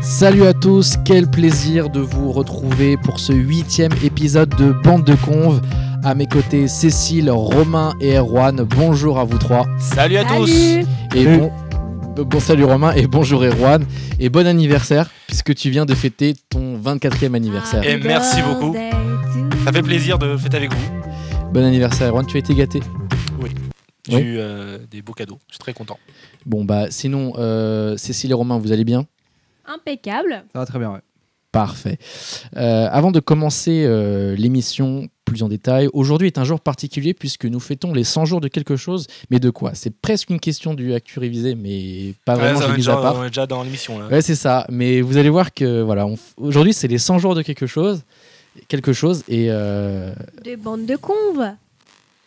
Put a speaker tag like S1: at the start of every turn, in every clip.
S1: Salut à tous, quel plaisir de vous retrouver pour ce huitième épisode de Bande de Conve. À mes côtés, Cécile, Romain et Erwan. Bonjour à vous trois.
S2: Salut à
S3: Salut
S1: Et
S4: Salut.
S1: bon, euh, bon salut Romain et bonjour Erwan. Et bon anniversaire, puisque tu viens de fêter ton 24e anniversaire.
S2: Et merci beaucoup. tous Ça fait plaisir de fêter avec vous.
S1: Bon anniversaire Erwan, tu as été gâté.
S2: J'ai
S1: Oui.
S2: eu euh, des beaux cadeaux. Je suis très content.
S1: Bon bah sinon, euh, Cécile et Romain, vous allez bien
S3: Impeccable.
S4: Ça va très bien, ouais.
S1: Parfait. Euh, avant de commencer euh, l'émission plus en détail, aujourd'hui est un jour particulier puisque nous fêtons les 100 jours de quelque chose, mais de quoi C'est presque une question du actu révisé, mais pas
S2: Ouais,
S1: vraiment
S2: ça, on,
S1: Ah j'ai
S2: est
S1: mis à
S2: déjà,
S1: part.
S2: on est déjà dans l'émission là.
S1: Ouais, c'est ça. Mais vous allez voir que voilà, on f- aujourd'hui c'est les 100 jours de quelque chose, quelque chose et euh,
S3: Des bandes de conves.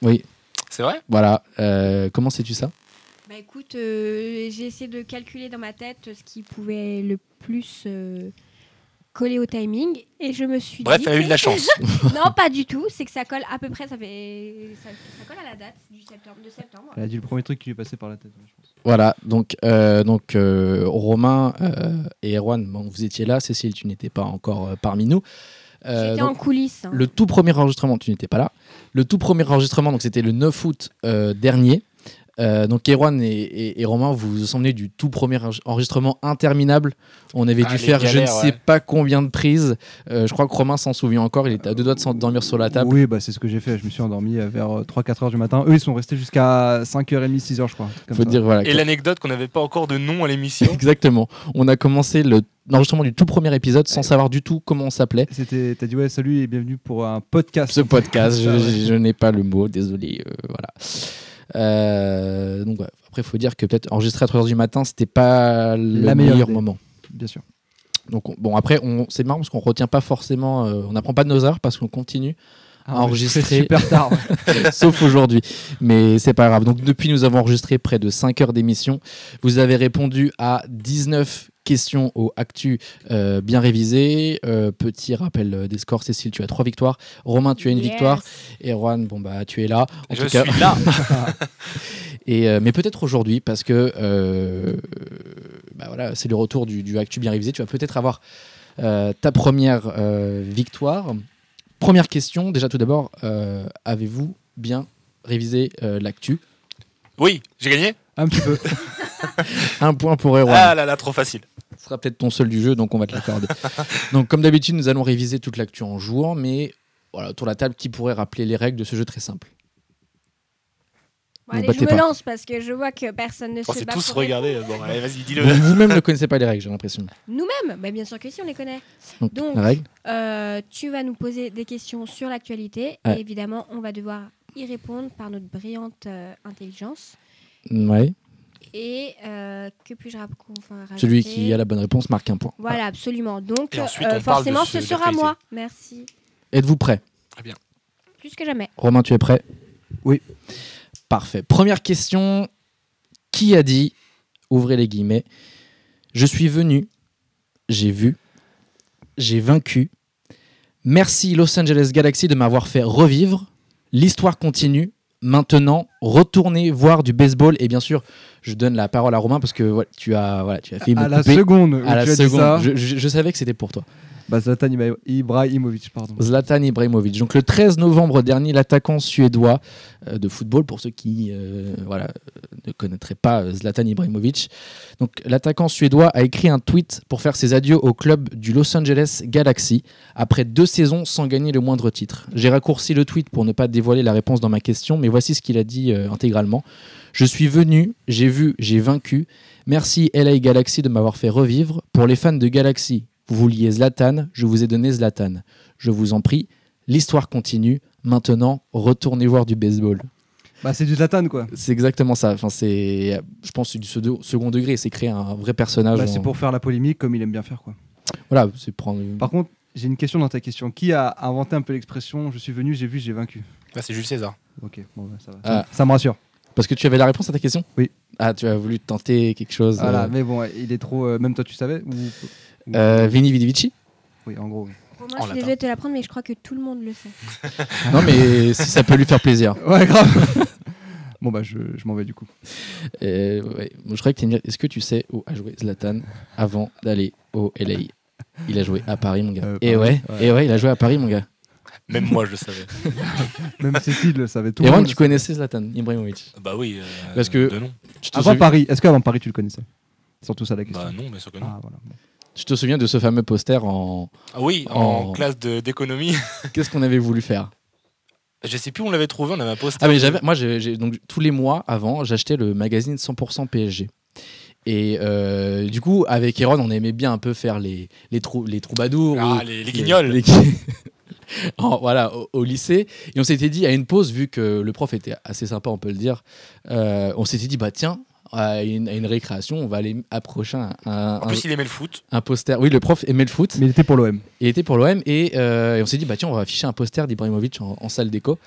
S1: oui,
S2: C'est vrai
S1: voilà. Euh, comment sais-tu ça
S3: Bah écoute, euh, j'ai essayé de calculer dans ma tête ce qui pouvait le plus euh, coller au timing et je me suis
S2: Bref,
S3: dit.
S2: elle a eu de la chance.
S3: non, pas du tout. C'est que ça colle à peu près. Ça fait. Ça, ça colle à la date du septembre, de septembre.
S4: Elle a dit le premier truc qui lui est passé par la tête, ouais, je pense.
S1: Voilà. Donc euh, donc euh, Romain euh, et Erwan, bon, vous étiez là. Cécile, tu n'étais pas encore euh, parmi nous. Euh,
S3: J'étais
S1: donc,
S3: en coulisses. hein.
S1: Le tout premier enregistrement, tu n'étais pas là. Le tout premier enregistrement, donc c'était le 9 août euh, dernier. Euh, donc Erwan et, et- et Romain, vous vous souvenez du tout premier enre- enregistrement interminable. On avait
S2: Ah,
S1: dû
S2: les
S1: faire je ne
S2: galères,
S1: sais
S2: ouais.
S1: pas combien de prises. Euh, je crois que Romain s'en souvient encore. Il était à deux doigts de s'endormir sur la table.
S4: Oui, bah, c'est ce que j'ai fait. Je me suis endormi euh, vers 3-4 heures du matin. Eux, ils sont restés jusqu'à 5h30, 6h, je crois. un truc comme
S1: Faut
S4: ça.
S1: dire voilà.
S2: Et l'anecdote qu'on n'avait pas encore de nom à l'émission.
S1: Exactement. On a commencé le- l'enregistrement du tout premier épisode sans savoir du tout comment on s'appelait.
S4: C'était, t'as dit ouais, salut et bienvenue pour un podcast.
S1: ce podcast. Je,
S4: Ah ouais.
S1: je- je n'ai pas le mot, désolé. euh, voilà. Euh, donc ouais, après, il faut dire que peut-être enregistrer à 3h du matin, c'était pas le
S4: La meilleure
S1: meilleur
S4: idée.
S1: moment.
S4: Bien sûr.
S1: Donc on- bon, après, on- c'est marrant parce qu'on retient pas forcément, euh, on n'apprend pas de nos heures parce qu'on continue,
S4: Ah,
S1: Enregistré.
S4: ouais, c'est super tard. ouais.
S1: sauf aujourd'hui. Mais c'est pas grave. Donc depuis, nous avons enregistré près de 5 heures d'émission. Vous avez répondu à 19 questions au Actu euh, bien révisé. Euh, petit rappel euh, des scores, Cécile, tu as 3 victoires. Romain, tu as une
S3: Yes.
S1: victoire. Et Erwan, bon bah tu es là. En
S2: je
S1: tout cas,
S2: suis là.
S1: Et, euh, mais peut-être aujourd'hui, parce que euh, bah voilà, c'est le retour du, du Actu bien révisé. Tu vas peut-être avoir euh, ta première euh, victoire. Première question, déjà tout d'abord, euh, avez-vous bien révisé euh, l'actu
S2: Oui, j'ai gagné.
S4: un petit peu.
S1: Un point pour Erwan.
S2: Ah là là, trop facile.
S1: Ce sera peut-être ton seul du jeu, donc on va te l'accorder. donc comme d'habitude, nous allons réviser toute l'actu en jouant, mais voilà, autour de la table, qui pourrait rappeler les règles de ce jeu très simple
S3: Bon, allez,
S1: battez
S3: je me
S1: pas.
S3: lance parce que je vois que personne ne
S2: On
S3: se
S2: s'est
S3: bat.
S2: Oh, tous
S3: pour répondre.
S2: regardés. Bon, allez, vas-y,
S1: Vous-
S2: dis-le.
S1: Vous-même ne connaissez pas les règles, j'ai l'impression.
S3: Nous-mêmes bah, Bien sûr que si, on les connaît.
S1: Donc,
S3: Donc,
S1: la règle
S3: Euh, tu vas nous poser des questions sur l'actualité
S1: Ouais.
S3: et évidemment, on va devoir y répondre par notre brillante euh, intelligence.
S1: Ouais.
S3: Et euh, que puis-je rac- enfin, rajouter
S1: Celui qui a la bonne réponse marque un point.
S3: Ah, Voilà, absolument. Donc,
S2: Et ensuite,
S3: euh,
S2: on parle de
S3: forcément,
S2: ce-
S3: ce
S2: de
S3: sera
S2: l'actualité.
S3: moi. Merci.
S1: Êtes-vous prêt
S3: Plus que jamais.
S1: Romain, tu es prêt
S4: Oui.
S1: Parfait. Première question. Qui a dit, ouvrez les guillemets, je suis venu, j'ai vu, j'ai vaincu. Merci Los Angeles Galaxy de m'avoir fait revivre. L'histoire continue. Maintenant, retournez voir du baseball. Et bien sûr, je donne la parole à Romain parce que voilà, tu, as, voilà, tu as fait me
S4: à la
S1: couper.
S4: seconde. où
S1: à la
S4: tu as dit ça,
S1: seconde. Je, je- je savais que c'était pour toi.
S4: Bah, Zlatan Ibra- Ibrahimovic, pardon.
S1: Zlatan Ibrahimovic. Donc le 13 novembre dernier, l'attaquant suédois euh, de football, pour ceux qui euh, voilà, euh, ne connaîtraient pas euh, Zlatan Ibrahimovic, donc l'attaquant suédois a écrit un tweet pour faire ses adieux au club du Los Angeles Galaxy après deux saisons sans gagner le moindre titre. J'ai raccourci le tweet pour ne pas dévoiler la réponse dans ma question, mais voici ce qu'il a dit euh, intégralement. Je suis venu, j'ai vu, j'ai vaincu. Merci LA Galaxy de m'avoir fait revivre. Pour les fans de Galaxy, vous vouliez Zlatan, je vous ai donné Zlatan. Je vous en prie, l'histoire continue. Maintenant, retournez voir du baseball.
S4: Bah, c'est du Zlatan, quoi.
S1: C'est exactement ça. Enfin, c'est, je pense, que c'est du pseudo- second degré. C'est créer un vrai personnage.
S4: Bah,
S1: en-
S4: c'est pour faire la polémique comme il aime bien faire, quoi.
S1: Voilà, c'est prendre.
S4: Par contre, j'ai une question dans ta question. Qui a inventé un peu l'expression je suis venu, j'ai vu, j'ai vaincu
S2: Bah, c'est Jules César.
S4: Ok, bon, bah, ça va.
S1: Ah.
S4: Ça me rassure.
S1: Parce que tu avais la réponse à ta question.
S4: Oui.
S1: Ah, tu as voulu tenter quelque chose.
S4: Voilà,
S1: euh,
S4: mais bon, il est trop. euh, même toi, tu savais ou- ou-
S1: euh, Vini Vidivici
S4: Oui, en gros. oui.
S3: Romain,
S2: En
S3: je suis
S2: latin.
S3: désolée de te l'apprendre, mais je crois que tout le monde le sait.
S4: Ah.
S1: Non, mais si ça peut lui faire plaisir.
S4: Ouais, grave. bon, bah, je, je m'en vais du coup.
S1: Euh, ouais. Moi, Je crois que t'es une- Est-ce que tu sais où a joué Zlatan avant d'aller au LA. Il a joué à Paris, mon gars.
S4: Euh,
S1: et
S4: Paris,
S1: ouais,
S4: ouais.
S1: et ouais, il a joué à Paris, mon gars.
S2: Même moi, je le savais.
S4: Même Cécile le savait tout.
S1: et
S4: le
S1: Erwan,
S4: monde
S1: tu
S4: le savait.
S1: connaissais Zlatan Ibrahimovic
S2: Bah oui. euh,
S1: Parce que-
S2: De non.
S1: je te,
S4: Avant
S1: souviens,
S4: Paris, est-ce qu'avant Paris tu le connaissais C'est Surtout ça la question.
S2: Bah non, bien sûr que non.
S4: Ah, voilà. Bon.
S1: je te souviens de ce fameux poster en.
S2: Ah oui, en
S1: En-
S2: classe de- d'économie.
S1: Qu'est-ce qu'on avait voulu faire
S2: je sais plus où on l'avait trouvé, on avait un poster.
S1: Ah mais j'avais, moi j'ai, j'ai- donc tous les mois avant, j'achetais le magazine 100% PSG. Et euh, du coup, avec Eron, on aimait bien un peu faire les les, trou- les troubadours,
S2: Ah,
S1: ou-
S2: les- les guignols.
S1: En- voilà, au, au lycée. Et on s'était dit à une pause, vu que le prof était assez sympa, on peut le dire. euh, on s'était dit bah tiens, à une, à une récréation, on va aller approcher un, un-
S2: En plus, il aimait le foot.
S1: un poster. Oui, le prof aimait le foot.
S4: Mais il était pour l'OM.
S1: Il était pour l'OM et, euh, et on s'est dit, bah tiens, on va afficher un poster d'Ibrahimovic en, en salle déco.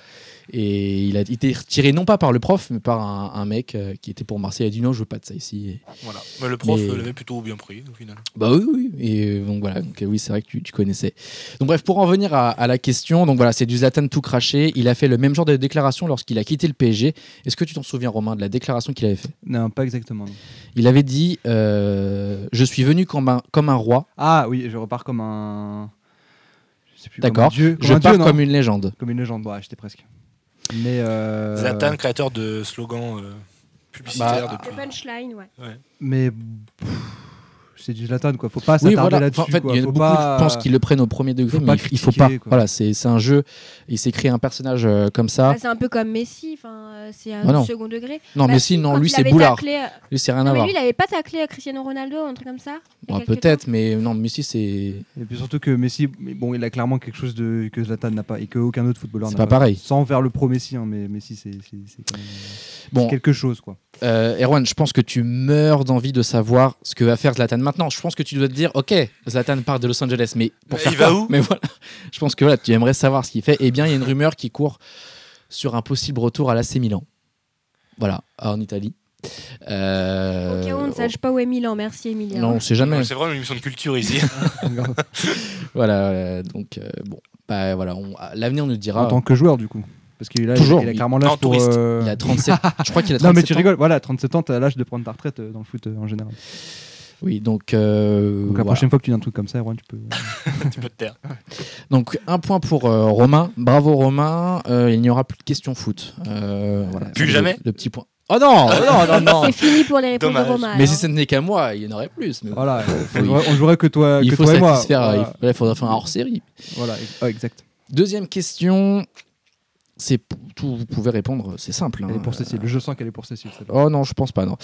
S1: Et il a été retiré non pas par le prof, mais par un, un mec euh, qui était pour Marseille. Il a dit non, je veux pas de ça ici. Et-
S2: Voilà. Mais le prof
S1: Mais-
S2: euh, l'avait plutôt bien pris au final.
S1: bah oui, oui. Et euh, donc voilà, donc, euh, oui, c'est vrai que tu, tu connaissais. Donc bref, pour en venir à, à la question, donc voilà, c'est du Zlatan tout craché. Il a fait le même genre de déclaration lorsqu'il a quitté le PSG. Est-ce que tu t'en souviens, Romain, de la déclaration qu'il avait fait
S4: Non, pas exactement. non.
S1: Il avait dit, euh, je suis venu comme un, comme un roi,
S4: Ah oui, je repars comme un. Je sais plus. comme un
S1: D'accord.
S4: dieu-
S1: je
S4: un
S1: pars
S4: dieu, non
S1: comme une légende.
S4: Comme une légende, ouais, j'étais presque. Mais. euh,
S2: Zlatan, créateur de slogans euh, publicitaires
S1: Bah,
S3: De
S2: depuis.
S3: punchline, ouais.
S4: Mais. pff, C'est du Zlatan, quoi. Faut pas
S1: Oui,
S4: s'attarder
S1: voilà.
S4: là-dessus.
S1: Enfin, en fait,
S4: quoi.
S1: il y en a
S4: Faut
S1: beaucoup,
S4: pas-
S1: je pense, qui le prennent au premier degré,
S4: faut
S1: mais
S4: pas
S1: il il faut pas.
S4: critiquer, quoi.
S1: Voilà, c'est c'est un jeu. Il s'est créé un personnage euh, comme ça.
S3: Ah, c'est un peu comme Messi, enfin, euh, c'est un
S1: Ah non.
S3: second degré.
S1: non,
S3: Bah,
S1: mais
S3: si,
S1: si, non,
S3: quand
S1: lui,
S3: il
S1: c'est
S3: avait
S1: Boulard.
S3: taclé-
S1: Lui, c'est rien
S3: Non,
S1: à
S3: mais
S1: voir.
S3: lui, il avait pas taclé Cristiano Ronaldo, un truc comme ça il y
S1: Bon,
S3: a quelque temps
S1: Peut-être, mais non, Messi, c'est
S4: Et puis surtout que Messi, mais bon, il a clairement quelque chose de, que Zlatan n'a pas et qu'aucun autre footballeur
S1: C'est
S4: n'a
S1: pas pareil.
S4: Sans vers le pro Messi, hein, mais Messi, c'est c'est- c'est quand même, c'est
S1: bon.
S4: quelque chose, quoi.
S1: euh, Erwan, je pense que tu meurs d'envie de savoir ce que va faire Zlatan maintenant. Je pense que tu dois te dire, ok, Zlatan part de Los Angeles, mais pour
S2: Mais
S1: faire
S2: il va
S1: quoi
S2: où
S1: Mais voilà, je pense que voilà, tu aimerais savoir ce qu'il fait. Eh bien, il y a une rumeur qui court sur un possible retour à l'AC Milan. Voilà, en Italie. Euh,
S3: Au cas où on ne sache pas où est Milan, merci Emilia.
S1: Non, on sait jamais.
S2: C'est vraiment une émission de culture ici.
S1: Voilà, euh, donc euh, bon, bah voilà, on- ah, l'avenir nous dira.
S4: en tant que joueur, du coup. Parce qu'il a,
S1: Toujours,
S4: il a
S1: il-
S4: clairement
S2: en
S4: l'âge pour.
S2: touriste.
S4: euh,
S1: Il a 37, je crois qu'il a 37
S4: Non, mais tu
S1: ans.
S4: rigoles, voilà, 37 ans, t'as l'âge de prendre ta retraite euh, dans le foot euh, en général.
S1: Oui, donc, euh,
S4: Donc la
S1: voilà.
S4: prochaine fois que tu dis un truc comme ça, Erwan, tu peux. euh,
S2: tu peux te taire.
S1: donc un point pour euh, Romain. Bravo Romain, Euh, il n'y aura plus de questions foot. Euh, voilà.
S2: Plus
S1: Le-
S2: jamais
S1: Le petit point. Oh non, non, non, non.
S3: C'est fini pour les réponses
S2: Dommage.
S3: de Romain.
S1: mais
S3: alors.
S1: si ce n'était qu'à moi, il y en aurait plus. mais bon.
S4: Voilà,
S1: il-
S4: on, jouerait, on jouerait que toi,
S1: il
S4: que
S1: faut
S4: toi et moi.
S1: satisfaire.
S4: Voilà.
S1: Il f- là, il faudrait faire un hors série.
S4: Voilà, ex- ah, exact.
S1: Deuxième question, c'est p- tout. Vous pouvez répondre, c'est simple. hein.
S4: Elle est pour Cécile, je sens qu'elle est pour Cécile. celle-là.
S1: Oh non, je pense pas, non.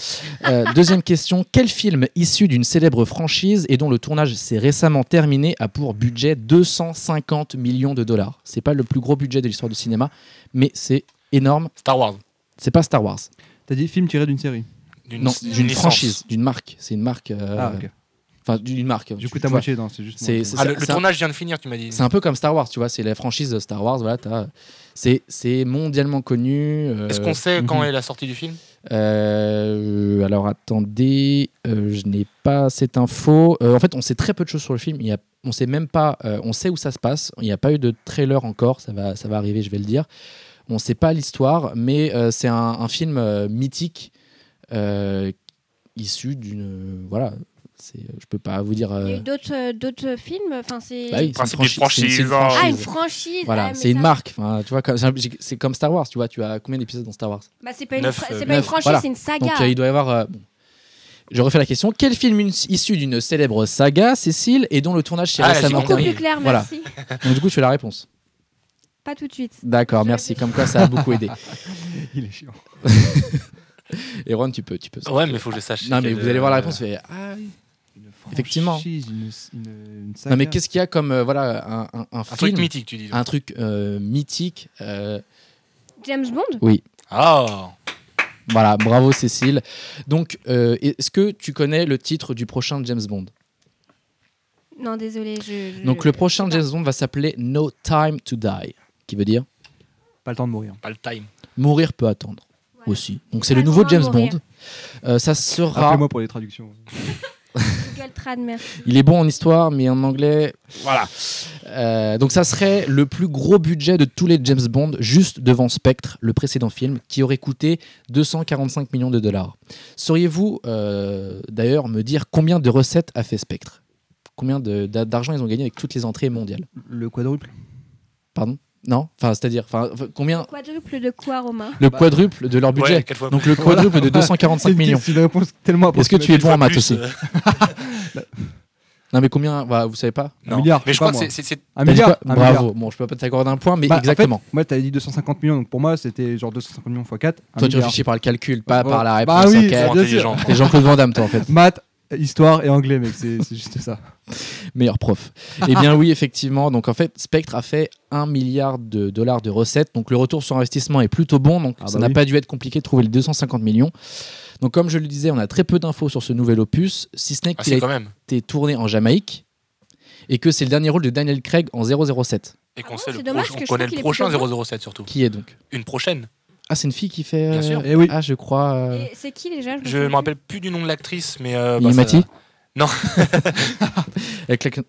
S1: Euh, deuxième question. Quel film issu d'une célèbre franchise et dont le tournage s'est récemment terminé a pour budget 250 millions de dollars C'est pas le plus gros budget de l'histoire du cinéma, mais c'est énorme.
S2: Star Wars.
S1: C'est pas Star Wars.
S4: T'as dit film tiré d'une série.
S1: Non, d'une
S2: licence.
S1: franchise, d'une marque. C'est une marque. euh,
S4: Ah, ok.
S1: Enfin, d'une marque.
S4: Du
S1: Tu-
S4: coup,
S1: tu
S4: t'as
S1: vois,
S4: moitié, non, c'est juste. moi,
S1: c'est-
S4: ok.
S1: c'est-
S2: Ah, le, le
S1: C'est un-
S2: tournage vient de finir, tu m'as dit.
S1: C'est un peu comme Star Wars, tu vois. C'est la franchise de Star Wars. Voilà, t'as- c'est c'est mondialement connu. euh,
S2: Est-ce qu'on sait quand
S1: mhm.
S2: est la sortie du film
S1: Euh, alors attendez, euh, je n'ai pas cette info. Euh, en fait, on sait très peu de choses sur le film. Il y a, on sait même pas. euh, on sait où ça se passe. Il n'y a pas eu de trailer encore. Ça va, ça va arriver. Je vais le dire. On ne sait pas l'histoire, mais euh, c'est un, un film euh, mythique euh, issu d'une. euh, voilà. C'est, je peux pas vous dire. euh,
S3: Il y a eu d'autres euh, d'autres films, enfin c'est.
S1: bah oui, c'est une
S2: Principe des
S1: franchi- c'est une- c'est une
S2: franchises,
S1: franchise.
S3: Ah, une franchise
S1: Voilà,
S3: ah, mais
S1: c'est une
S3: ça-
S1: marque. Enfin, tu vois, comme- c'est un- c'est comme Star Wars. Tu vois, tu as combien d'épisodes dans Star Wars
S3: Bah, c'est pas, une,
S2: Neuf,
S3: fra-
S2: euh,
S3: c'est pas une
S1: neuf,
S3: franchise,
S1: voilà.
S3: c'est une saga.
S1: Donc euh, il doit y avoir. euh, bon. Je refais la question. Quel film in- issu d'une célèbre saga, Cécile, et dont le tournage s'est
S2: Ah, la
S1: récemment
S2: seconde.
S3: Beaucoup
S1: terminé
S3: plus clair,
S1: Voilà.
S3: merci.
S1: Donc du coup, je fais la réponse.
S3: Pas tout de suite.
S1: D'accord,
S3: Je
S1: merci.
S3: réfléchis.
S1: Comme quoi, ça a beaucoup aidé.
S4: Il est chiant.
S1: Et Ron, tu peux, tu peux. ça.
S2: Ouais, mais faut que Oh, je sache.
S1: Non, mais
S2: quel,
S1: vous allez voir la
S2: euh,
S1: réponse. vous allez- Ah, oui. Effectivement.
S4: Une, une, une saga.
S1: Non, mais qu'est-ce qu'il y a comme euh, voilà un, un- un
S2: Un
S1: film,
S2: truc mythique, tu dis.
S1: un truc euh, mythique. euh,
S3: James Bond
S2: Ah
S1: voilà, bravo Cécile. Donc, euh, est-ce que tu connais le titre du prochain James Bond
S3: Non, désolé, je. je-
S1: Donc, le prochain James Bond va s'appeler No Time to Die, qui veut dire
S4: Pas le temps de mourir.
S2: Pas le time.
S1: mourir peut attendre.
S3: Voilà.
S1: aussi. Donc c'est le
S3: Pas
S1: nouveau
S3: loin de
S1: James
S3: mourir.
S1: Bond. Euh, ça sera.
S4: Rappelez-moi pour les traductions.
S3: Google Trad, merci.
S1: Il est bon en histoire, mais en anglais.
S2: Voilà.
S1: Euh, donc ça serait le plus gros budget de tous les James Bond, juste devant Spectre, le précédent film, qui aurait coûté 245 millions de dollars. Sauriez-vous euh, d'ailleurs me dire combien de recettes a fait Spectre combien de- d'a- d'argent ils ont gagné avec toutes les entrées mondiales.
S4: Le quadruple.
S1: Pardon Non Enfin, c'est-à-dire, enfin, enfin, combien
S3: Quadruple de quoi, Romain
S1: Le
S4: Bah.
S1: quadruple de leur budget.
S2: Ouais, quatre fois
S1: Donc le quadruple de 245 millions.
S4: C'est une réponse tellement
S1: Est-ce que tu es
S2: Une
S1: bon
S2: fois
S1: en maths
S2: plus,
S1: aussi
S2: euh,
S1: Non, mais combien bah, Vous savez pas
S2: non.
S4: milliard,
S2: Mais je
S4: je sais
S2: crois
S4: pas,
S2: que
S4: moi.
S2: c'est- c'est- c'est.
S1: T'as
S4: Un
S1: dit quoi
S4: milliard. un
S1: Bravo.
S4: milliard.
S1: Bon, je peux pas t'accorder un point, mais
S4: Bah, en fait,
S1: exactement.
S4: moi, t'avais dit 250 millions, donc pour moi, c'était genre 250 millions x 4.
S1: Toi, tu réfléchis par le calcul, pas
S4: Ouais.
S1: par la
S4: Bah
S1: réponse.
S4: oui,
S1: ok.
S4: bien
S2: Bon,
S4: sûr.
S2: intelligent.
S1: T'es Jean-Claude Van Damme, toi, en fait.
S4: Maths, histoire et anglais, mec, c'est c'est juste ça.
S1: meilleur prof. Eh bien oui, effectivement. Donc en fait, Spectre a fait 1 milliard de dollars de recettes. Donc le retour sur investissement est plutôt bon. Donc
S4: Ah
S1: ça
S4: bah
S1: n'a
S4: oui.
S1: pas dû être compliqué de trouver les 250 millions. Donc comme je le disais, on a très peu d'infos sur ce nouvel opus, si ce n'est
S2: Ah,
S1: qu'il
S2: c'est
S1: a
S2: quand même.
S1: été tourné en Jamaïque et que c'est le dernier rôle de Daniel Craig en 007.
S2: Et
S3: Ah
S2: qu'on
S3: bon,
S2: sait
S3: c'est
S2: le
S3: dommage
S2: prochain-
S3: que
S2: on
S3: je
S2: connaît
S3: trouve qu'il
S2: le
S3: est
S2: prochain
S3: plutôt
S2: 007 surtout.
S1: Qui est donc
S2: Une prochaine.
S1: Ah, c'est une fille qui fait...
S2: Bien sûr.
S4: Eh oui.
S1: Ah, je crois... euh,
S3: Et C'est qui déjà
S2: Je me rappelle plus du nom de l'actrice, mais. euh,
S1: Lily
S2: ça-
S1: Mathy
S2: Non.
S1: Elle claque-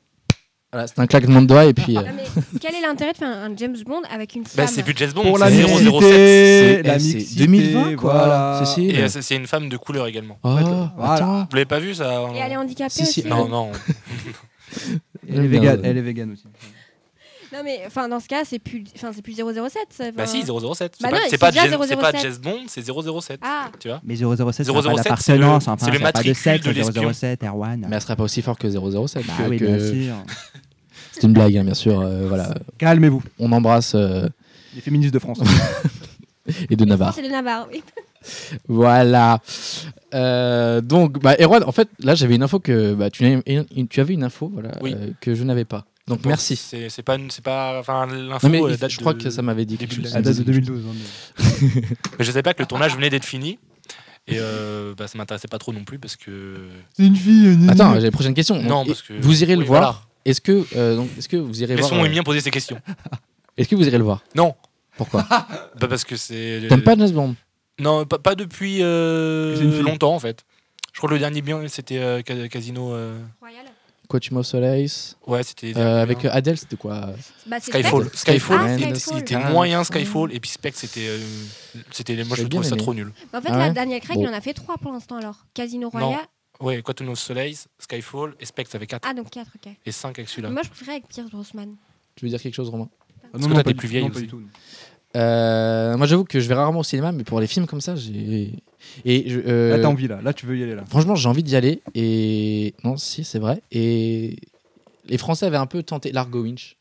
S1: Voilà, c'est un claquement de doigts et puis... euh,
S3: Ah, mais quel est l'intérêt de faire un James Bond avec une femme
S2: Bah, c'est budget Bond.
S4: Pour
S2: c'est
S4: la
S1: c'est
S4: mixité,
S2: 007.
S4: la
S1: eh, c'est
S4: mixité,
S1: 2020 quoi.
S4: voilà.
S1: Cécile.
S2: Et euh, c'est c'est une femme de couleur également.
S1: Oh,
S4: Voilà.
S1: attends.
S2: Vous l'avez pas vu ça
S3: Et elle est handicapée
S1: Si, si,
S3: aussi. euh.
S2: Non, non.
S4: Elle est
S1: Bien,
S4: vegan,
S1: ouais.
S4: elle est vegan aussi.
S3: Non, mais enfin, dans ce cas, c'est plus, enfin, c'est plus 007. ça,
S2: Bah
S3: enfin.
S2: si, 007. C'est
S3: Bah
S2: pas-
S3: non,
S2: c'est
S3: c'est
S2: pas,
S3: déjà
S2: James- c'est pas
S3: 007.
S2: James Bond, c'est 007.
S3: Ah,
S2: Tu vois
S5: Mais 007, c'est
S2: 007,
S5: pas
S2: c'est le-
S5: d'appartenance, enfin,
S2: c'est le
S5: ça a pas de
S2: matricule
S5: sexe,
S2: de l'espion.
S5: 007, Erwan.
S1: Mais elle sera pas aussi fort que 007.
S5: Bah
S1: que-
S5: oui,
S1: que-
S5: bien sûr.
S1: C'est une blague, hein, bien sûr. euh, voilà,
S4: Calmez-vous,
S1: on embrasse euh,
S4: les féministes de France.
S1: et de Navarre.
S3: c'est de Navarre. oui.
S1: Voilà. Euh, donc, bah, Erwan, en fait, là, j'avais une info que bah, tu, n'avais- une- une- tu avais une info voilà,
S2: Oui.
S1: euh, que je n'avais pas. Donc,
S2: Donc,
S1: merci.
S2: C'est c'est pas, une- c'est pas, enfin l'info.
S1: Non, mais
S2: euh,
S1: il-
S2: date
S1: je crois
S2: de-
S1: que ça m'avait dit.
S2: début
S1: quelque
S2: de
S1: chose.
S4: La
S2: l'année.
S4: date de 2012. hein, mais-
S2: Mais je savais pas que le tournage venait d'être fini. Et euh, bah, ça m'intéressait pas trop non plus parce que.
S4: C'est une fille. une-
S1: Attends, j'ai la prochaine question.
S2: Non,
S1: Donc,
S2: parce que-
S1: Vous irez le
S2: oui,
S1: voir.
S2: voilà.
S1: Est-ce que, euh, donc, est-ce que vous irez
S2: Laissons
S1: voir euh,
S2: Emilien poser ses questions.
S1: Est-ce que vous irez le voir
S2: Non,
S1: Pourquoi
S2: bah, parce que c'est.
S1: T'aimes pas James Bond
S2: Non, pas, pas depuis euh,
S4: C'est une fille.
S2: longtemps en fait. Je crois que le dernier bien c'était euh, Ca- Casino. euh,
S3: Royal.
S1: Quoi, tu m'as au soleil
S2: Ouais, c'était.
S1: Euh, Avec euh, Adele, c'était quoi
S3: Bah, c'est
S2: Skyfall.
S1: Spectre.
S2: Skyfall,
S1: Ah,
S2: c'était-
S3: Skyfall.
S2: c'était
S1: Ah,
S2: moyen
S1: Skyfall.
S2: Skyfall. Et puis Spectre, c'était. euh, c'était moi, je
S1: J'ai bien
S2: trouvais ça
S1: aimé.
S2: trop nul.
S3: Mais En fait,
S1: Ah ouais
S3: la Daniel Craig,
S1: Bon.
S3: il en a fait trois pour l'instant alors. Casino
S2: Non.
S3: Royale.
S2: Ouais, Quantum of Solace, Skyfall et Spectre avec 4
S3: Ah, donc 4, ok.
S2: et 5 avec celui-là.
S3: Moi, je préférais avec Pierce Brosnan.
S1: Tu veux dire quelque chose, Romain
S4: Ah,
S2: que toi, t'es
S4: pas
S2: plus
S4: du-
S2: vieille
S4: non, pas
S2: aussi.
S4: du tout, non.
S1: Euh, moi, j'avoue que je vais rarement au cinéma, mais pour les films comme ça, j'ai. Et je, euh,
S4: Là, t'as envie, là. Là, tu veux y aller, là.
S1: franchement, j'ai envie d'y aller. Et non, si, c'est vrai. Et les Français avaient un peu tenté Largo Winch.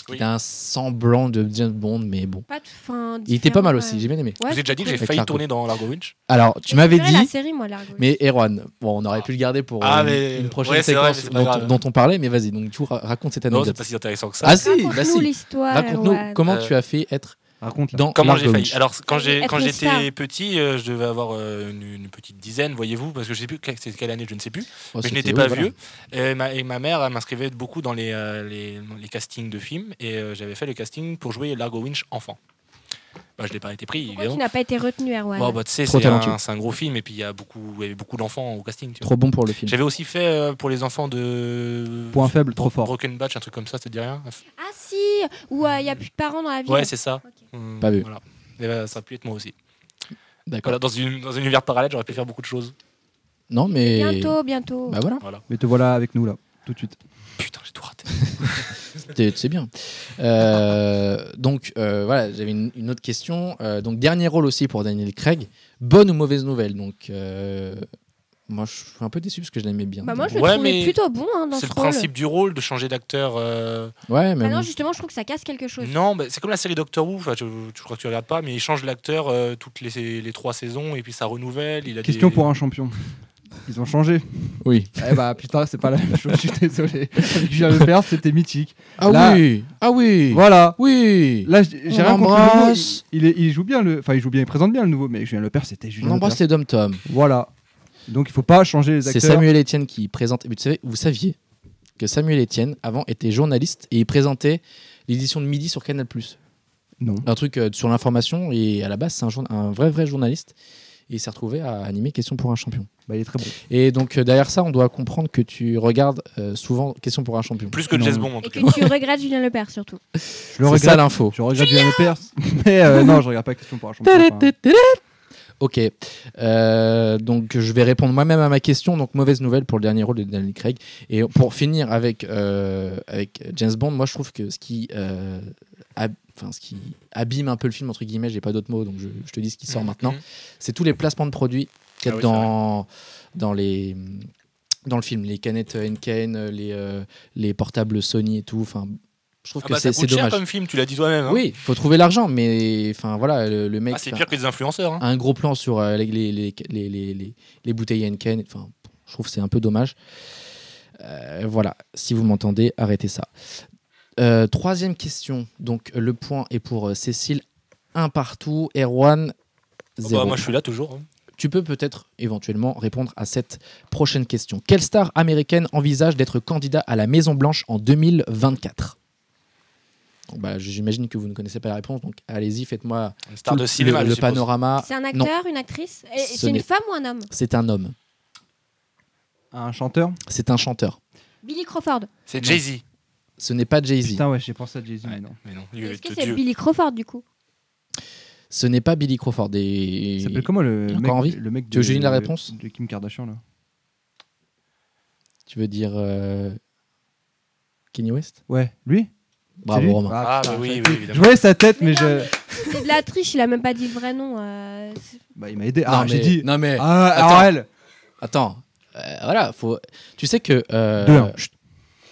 S1: qui
S2: Oui.
S1: était un semblant de James Bond, mais bon.
S3: Pas de fin. euh,
S1: Il était pas mal aussi, j'ai bien aimé.
S2: Je vous ai déjà dit que j'ai
S1: Avec
S2: failli
S1: Largo.
S2: tourner dans Largo Winch.
S1: Alors, tu m'avais
S3: la
S1: dit,
S3: série, moi, Largo.
S1: mais Erwan, bon, on aurait pu le garder pour
S2: Ah,
S1: euh,
S2: mais-
S1: une, une prochaine
S2: ouais, c'est vrai, mais
S1: séquence
S2: c'est pas
S1: dont,
S2: grave.
S1: dont on parlait, mais vas-y, donc tu ra- raconte cette
S2: Non, c'est
S1: anecdote.
S2: pas si intéressant que ça.
S1: ah si,
S3: Raconte-nous
S1: bah si.
S3: l'histoire.
S1: Raconte-nous
S3: Erwan.
S1: comment
S2: Euh,
S1: tu as fait être
S4: Raconte, là.
S1: dans
S2: Comment
S1: Largo
S2: j'ai failli
S1: Winch.
S2: Alors quand j'ai
S3: Être
S2: quand
S3: une
S2: j'étais
S3: star.
S2: petit, euh, je devais avoir euh, une, une petite dizaine, voyez-vous, parce que je sais plus que- c'est quelle année, je ne sais plus.
S1: Oh,
S2: Mais je
S1: c'était-
S2: n'étais
S1: oui,
S2: pas
S1: voilà.
S2: vieux. Et ma, et ma mère elle m'inscrivait beaucoup dans les, euh, les, les castings de films et euh, j'avais fait le casting pour jouer Largo Winch enfant. Bah, je l'ai pas été pris,
S1: hein.
S3: Pourquoi tu
S2: évidemment.
S3: n'as pas été retenu, Erwan
S2: Bon, bah, tu sais,
S1: Trop
S2: c'est un,
S1: talentueux.
S2: c'est un gros film et puis il y a beaucoup, il y avait beaucoup d'enfants au casting. tu vois.
S1: Trop bon pour le film.
S2: J'avais aussi fait euh, pour les enfants de
S4: Point faible, trop fort.
S2: Broken Batch, un truc comme ça, ça te dit rien
S3: Ah si Ou il n'y a plus de parents dans la ville
S2: Ouais, c'est ça.
S3: Ok.
S2: Hum,
S1: Pas vu.
S2: Voilà. Et, bah, ça a pu être moi aussi.
S1: D'accord.
S2: Voilà, dans, une, dans un univers parallèle, j'aurais pu faire beaucoup de choses.
S1: Non, mais.
S3: Bientôt, bientôt.
S1: Bah voilà,
S2: Voilà.
S4: Mais te voilà avec nous, là. Tout de suite.
S2: Putain, j'ai tout raté.
S1: c'est c'est bien. Euh, donc euh, voilà, j'avais une, une autre question. Euh, donc dernier rôle aussi pour Daniel Craig. Bonne ou mauvaise nouvelle Donc euh, moi je suis un peu déçu parce que je l'aimais bien.
S3: Bah, moi, je
S2: Ouais,
S3: le trouvais
S2: mais
S3: plutôt bon hein, dans
S2: C'est
S3: ce
S2: le
S3: rôle.
S2: principe du rôle de changer d'acteur. euh,
S1: Ouais, mais
S3: Bah non,
S1: bon.
S3: justement, je trouve que ça casse quelque chose.
S2: Non, bah, c'est comme la série Doctor Who. Enfin, je, je crois que tu regardes pas, mais il change l'acteur euh, toutes les, les trois saisons et puis ça renouvelle. Il a
S4: Question
S2: des-
S4: pour un champion. Ils ont changé.
S1: oui.
S4: eh bah putain, c'est pas la même chose, je suis désolé. Avec Julien Lepers, c'était mythique.
S1: Ah
S4: Là-
S1: oui, ah oui,
S4: Voilà.
S1: oui.
S4: Là, j'ai
S1: On
S4: j'ai rien contre le nouveau.
S1: embrasse.
S4: Il, il est- il joue bien le, enfin il joue bien, il présente bien le nouveau, mais Julien Lepers, c'était Julien
S1: On embrasse
S4: Lepers.
S1: les Dom Tom.
S4: Voilà. Donc il faut pas changer les
S1: C'est
S4: acteurs.
S1: Samuel Etienne qui présente. Mais tu savais, vous saviez que Samuel Etienne avant était journaliste et il présentait l'édition de midi sur Canal+.
S4: Non.
S1: un truc euh, sur l'information et à la base c'est un, jour- un vrai vrai journaliste et il s'est retrouvé à animer Question pour un champion.
S4: Bah il est très bon.
S1: Et donc euh, derrière ça, on doit comprendre que tu regardes euh, souvent Question pour un champion.
S2: Plus que
S4: Non.
S2: James Bond en
S3: Et
S2: tout cas.
S3: que tu regrettes Julien Lepers surtout.
S4: Je le
S1: C'est ça
S4: regrette.
S1: l'info.
S4: Je regrette Julien Lepers, mais euh, non, je regarde pas question pour un champion. enfin.
S1: Ok. Euh, donc, je vais répondre moi-même à ma question. Donc, mauvaise nouvelle pour le dernier rôle de Daniel Craig. Et pour finir avec, euh, avec James Bond, moi, je trouve que ce qui, euh, ab- enfin, ce qui abîme un peu le film, entre guillemets, j'ai pas d'autres mots, donc je, je te dis ce qui
S2: Hum.
S1: sort maintenant, c'est tous les placements de produits qu'il y a
S2: Mm-hmm. Ah oui,
S1: dans, dans les dans le film, les canettes euh, Henken, euh, les, euh, les portables Sony et tout. Enfin, je trouve
S2: Ah
S1: que
S2: bah,
S1: c'est
S2: ça
S1: c'est
S2: coûte cher
S1: dommage.
S2: comme film, tu l'as dit toi-même. hein.
S1: Oui, faut trouver l'argent, mais enfin voilà, le, le mec.
S2: Ah, c'est
S1: enfin,
S2: pire que les influenceurs. hein.
S1: un gros plan sur euh, les, les, les, les, les- les- les bouteilles Henken. Enfin, je trouve que c'est un peu dommage. Euh, voilà, si vous m'entendez, arrêtez ça. Euh, troisième question. Donc, le point est pour euh, Cécile. Un partout, Erwan,
S2: Ah bah,
S1: zéro.
S2: moi, je suis là toujours. hein.
S1: Tu peux peut-être éventuellement répondre à cette prochaine question. Quelle star américaine envisage d'être candidat à la Maison Blanche en 2024 Donc, bah, J'imagine que vous ne connaissez pas la réponse, donc allez-y, faites-moi
S2: Une star
S1: tout
S2: de cinéma.
S1: le-
S2: je
S1: le
S2: suppose.
S1: panorama.
S3: C'est un
S1: Ah, Non.
S3: acteur, une actrice Et
S1: Ce
S3: C'est
S1: n'est-
S3: une femme ou un homme
S1: C'est un homme.
S4: Un chanteur
S1: C'est un chanteur.
S3: Billy Crawford.
S2: C'est Jay-Z.
S1: Ce n'est pas Jay-Z.
S4: Putain, ouais, j'ai pensé à Jay-Z, mais non.
S2: Mais non, lui,
S3: Est-ce que
S2: de
S3: c'est
S2: Dieu.
S3: Billy Crawford du coup
S1: Ce n'est pas Billy Crawford. Et...
S4: Il s'appelle comment le
S1: Encore
S4: mec,
S1: envie
S4: le mec de,
S1: Tu veux que je donne la réponse
S4: de Kim Kardashian là
S1: Tu veux dire euh, Kanye West
S4: Ouais, lui C'est lui
S1: Bravo Romain.
S2: Ah,
S4: putain,
S2: bah oui,
S4: je-
S2: oui,
S4: Je
S2: évidemment.
S4: voyais sa tête,
S3: Mais
S4: mais,
S3: non,
S4: je.
S3: C'est de la triche, il a même pas dit le vrai nom. euh, c'est-
S4: Bah, il m'a aidé. Ah,
S1: non,
S4: j'ai
S1: mais,
S4: dit.
S1: non mais
S4: Ah,
S1: attends.
S4: alors elle
S1: attends. Euh, voilà, faut. Tu sais que euh,
S4: Deux, un.
S1: chut,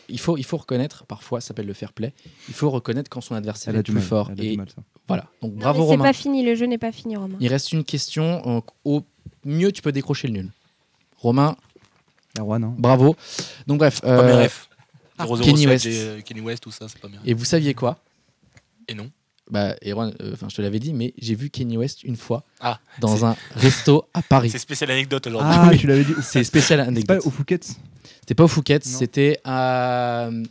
S1: il faut il faut reconnaître parfois ça s'appelle le fair play. Il faut reconnaître quand son adversaire
S4: Elle a
S1: est
S4: du
S1: plus
S4: mal.
S1: fort.
S4: Elle a
S1: Et
S4: du mal, ça.
S1: voilà. Donc
S3: Non,
S1: bravo
S3: mais C'est
S1: Romain.
S3: pas fini, le jeu n'est pas fini, Romain.
S1: Il reste une question. donc, au mieux tu peux décrocher le nul. Romain,
S4: Erwan, hein.
S1: bravo. Donc bref.
S2: Pas
S1: euh,
S2: mes refs.
S1: ah,
S2: 007,
S1: Kenny West.
S2: j'ai, euh, Kenny West, tout ça, c'est pas bien.
S1: et vous saviez quoi
S2: Et non.
S1: Bah, Erwan, euh, enfin, je te l'avais dit, mais j'ai vu Kenny West une fois
S2: Ah,
S1: dans
S2: c'est-
S1: un resto à Paris.
S2: C'est spécial anecdote aujourd'hui.
S4: Ah, tu l'avais dit.
S1: C'est spécial
S4: C'est pas
S1: anecdote.
S4: au Phuket
S1: C'était pas au Fouquet,
S4: Non.
S1: c'était à- euh,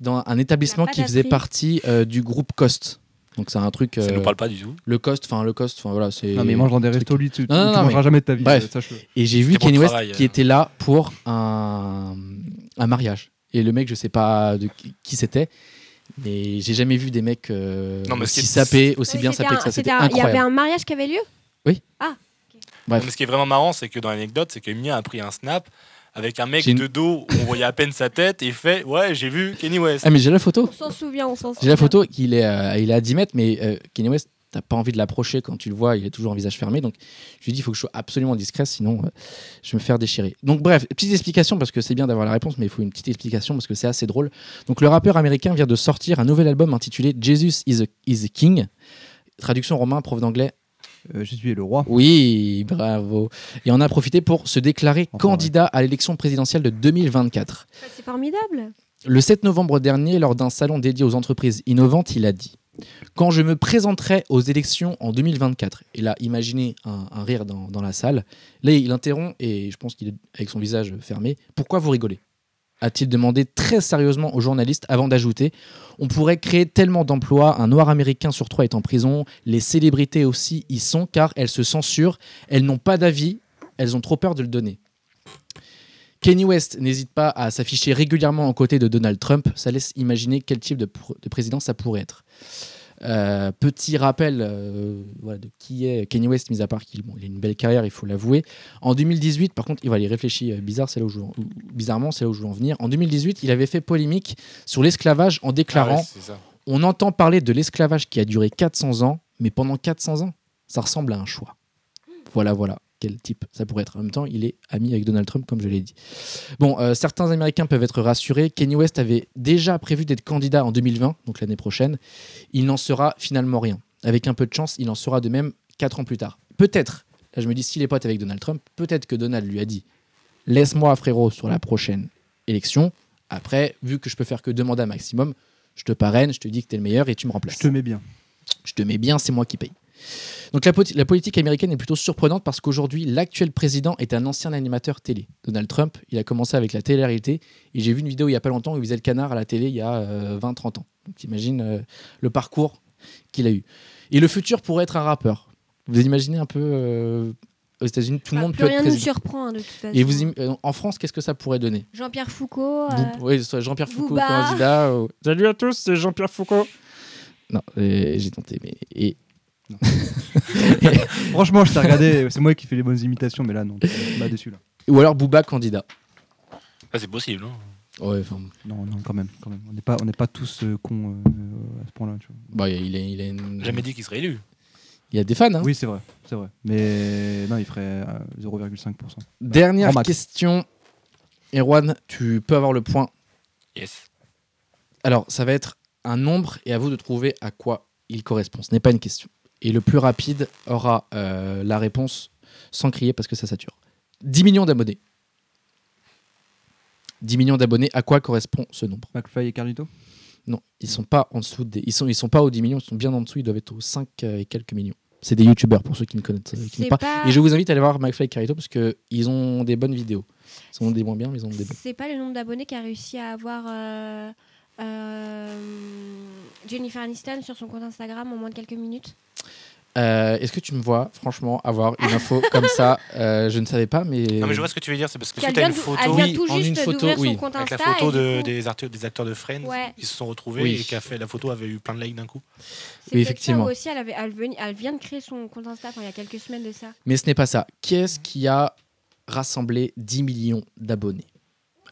S1: dans un établissement
S3: La
S1: qui faisait
S3: pâtisserie.
S1: partie euh, du groupe Cost. Donc c'est un truc.
S2: Ça
S1: euh,
S2: nous parle pas du tout.
S1: le Cost, enfin le Cost, enfin voilà, c'est.
S4: Non, mais il mange dans des
S1: truc.
S4: restos, lui, tu tu
S1: Non, non, non,
S4: mangeras jamais de ta vie.
S1: Bref.
S4: euh, sache-le.
S1: Et j'ai vu
S2: C'était pour
S1: Kenny
S2: le
S1: West
S2: travail,
S1: qui
S2: euh.
S1: était là pour un, un mariage. Et le mec, je sais pas de qui- qui c'était, mais j'ai jamais vu des mecs euh,
S2: Non, mais ce
S1: aussi
S2: qui est-
S1: sapés, aussi
S3: Oui,
S1: bien
S3: c'était
S1: sapés
S3: un-
S1: que ça. C'était
S3: c'était un- Il y
S1: incroyable.
S3: avait un mariage qui avait lieu
S1: Bref.
S2: Non, Mais ce qui est vraiment marrant, c'est que dans l'anecdote, c'est que Mia a pris un snap avec un mec
S1: J'ai une-
S2: de dos, on voyait à peine sa tête, et il fait Ouais, j'ai vu Kenny West.
S1: Ah mais j'ai la photo.
S3: On s'en souvient, on s'en souvient.
S1: J'ai la photo, il est, euh, il est à 10 mètres, mais euh, Kanye West, t'as pas envie de l'approcher quand tu le vois, il est toujours en visage fermé. Donc, je lui dis, il faut que je sois absolument discret, sinon euh, je vais me faire déchirer. Donc, bref, petite explication, parce que c'est bien d'avoir la réponse, mais il faut une petite explication, parce que c'est assez drôle. Donc, le rappeur américain vient de sortir un nouvel album intitulé Jesus is a, is a King. Traduction romain, prof d'anglais.
S4: Euh, Jésus est le roi.
S1: Oui, bravo. Et on a profité pour se déclarer
S4: Enfin,
S1: candidat à l'élection présidentielle de 2024.
S3: C'est formidable.
S1: Le 7 novembre dernier, lors d'un salon dédié aux entreprises innovantes, il a dit Quand je me présenterai aux élections en 2024, et là, imaginez un, un rire dans, dans la salle, là, il interrompt, et je pense qu'il est avec son visage fermé Pourquoi vous rigolez a-t-il demandé très sérieusement aux journalistes avant d'ajouter On pourrait créer tellement d'emplois, un noir américain sur trois est en prison, les célébrités aussi y sont car elles se censurent, elles n'ont pas d'avis, elles ont trop peur de le donner. Kanye West n'hésite pas à s'afficher régulièrement aux côtés de Donald Trump. Ça laisse imaginer quel type de, pr- de président ça pourrait être. Euh, petit rappel euh, voilà, de qui est Kanye West, mis à part qu'il bon, il a une belle carrière, il faut l'avouer. En 2018, par contre, il va aller réfléchir, euh, bizarre, c'est là où je veux en- ou- bizarrement, c'est là où je veux en venir. En 2018, il avait fait polémique sur l'esclavage en
S2: Ah
S1: déclarant
S2: ouais, c'est ça.
S1: on entend parler de l'esclavage qui a duré 400 ans, mais pendant 400 ans, ça ressemble à un choix. Voilà, voilà, quel type ça pourrait être. En même temps, il est ami avec Donald Trump, comme je l'ai dit. Bon, euh, certains Américains peuvent être rassurés. Kanye West avait déjà prévu d'être candidat en 2020, donc l'année prochaine. Il n'en sera finalement rien. Avec un peu de chance, il en sera de même 4 ans plus tard. Peut-être, là je me dis, s'il est pote avec Donald Trump, peut-être que Donald lui a dit Laisse-moi, frérot, sur la prochaine élection. Après, vu que je peux faire que demander un maximum, je te parraine, je te dis que t'es le meilleur et tu me remplaces.
S4: Je te mets bien.
S1: Je te mets bien, c'est moi qui paye. Donc la, poti- la politique américaine est plutôt surprenante parce qu'aujourd'hui, l'actuel président est un ancien animateur télé. Donald Trump, il a commencé avec la télé-réalité et j'ai vu une vidéo il y a pas longtemps où il faisait le canard à la télé il y a 20-30 ans. Donc t'imagines euh, le parcours qu'il a eu. Et le futur pourrait être un rappeur. Vous imaginez un peu euh, aux États-Unis, tout le
S3: Bah,
S1: monde
S3: plus
S1: peut être
S3: rien nous
S1: président.
S3: surprend hein, de toute façon.
S1: Et vous, im- euh, en France, qu'est-ce que ça pourrait donner
S3: Jean-Pierre Foucault. euh,
S1: vous- oui, soit Jean-Pierre Foucault,
S3: Booba.
S1: candidat. ou- Salut à tous, c'est Jean-Pierre Foucault. Non, euh, j'ai tenté, mais. Et...
S4: Franchement, je t'ai regardé, c'est moi qui fais les bonnes imitations, mais là, non, t'es pas déçu là.
S1: Ou alors Booba candidat.
S2: Ah, c'est possible. hein.
S1: Ouais, enfin,
S4: Non, non, quand même, quand même. On n'est pas, on n'est pas tous euh, cons euh, à ce point-là. tu vois.
S1: bah, il, est, il, est une-
S2: Jamais dit qu'il serait élu.
S1: il y a des fans. hein.
S4: Oui, c'est vrai, c'est vrai. Mais non, il ferait euh, 0,5%.
S1: Dernière
S4: Grand max.
S1: question. Erwan, tu peux avoir le point.
S2: Yes.
S1: Alors, ça va être un nombre et à vous de trouver à quoi il correspond. Ce n'est pas une question. Et le plus rapide aura euh, la réponse sans crier parce que ça sature. 10 millions d'abonnés. 10 millions d'abonnés, à quoi correspond ce nombre
S4: McFly et Carlito
S1: Non, ils sont pas en dessous des. Ils sont, ils sont pas aux 10 millions, ils sont bien en dessous, ils doivent être aux 5 et quelques millions. C'est des youtubeurs pour ceux qui ne connaissent euh, qui ne
S3: C'est
S1: pas.
S3: pas,
S1: Et je vous invite à aller voir McFly et Carito parce qu'ils ont des bonnes vidéos. Ils ont des moins bien, mais ils ont des bonnes.
S3: c'est pas le nombre d'abonnés qui a réussi à avoir euh, euh, Jennifer Aniston sur son compte Instagram en moins de quelques minutes.
S1: Euh, Est-ce que tu me vois, franchement, avoir une info comme ça Euh, Je ne savais pas, mais.
S2: Non, mais je vois ce que tu veux dire, c'est parce que
S3: Qu'elle
S2: si t'as
S3: vient
S2: une
S3: d'ou-
S2: photo
S3: elle
S1: Oui,
S3: vient tout
S1: en
S3: juste
S1: une photo,
S3: d'ouvrir
S1: oui.
S3: son compte
S2: avec la
S3: Insta.
S2: photo
S3: et du
S2: de-
S3: coup,
S2: des, arti- des acteurs de Friends
S3: Ouais.
S2: qui se sont retrouvés
S1: Oui.
S2: et qui a fait la photo avait eu plein de likes d'un coup.
S3: c'est peut-être ça,
S1: effectivement.
S3: ou aussi, elle, avait, elle, veni- elle vient de créer son compte Insta enfin, il y a quelques semaines de ça.
S1: Mais ce n'est pas ça. Qu'est-ce qui a rassemblé 10 millions d'abonnés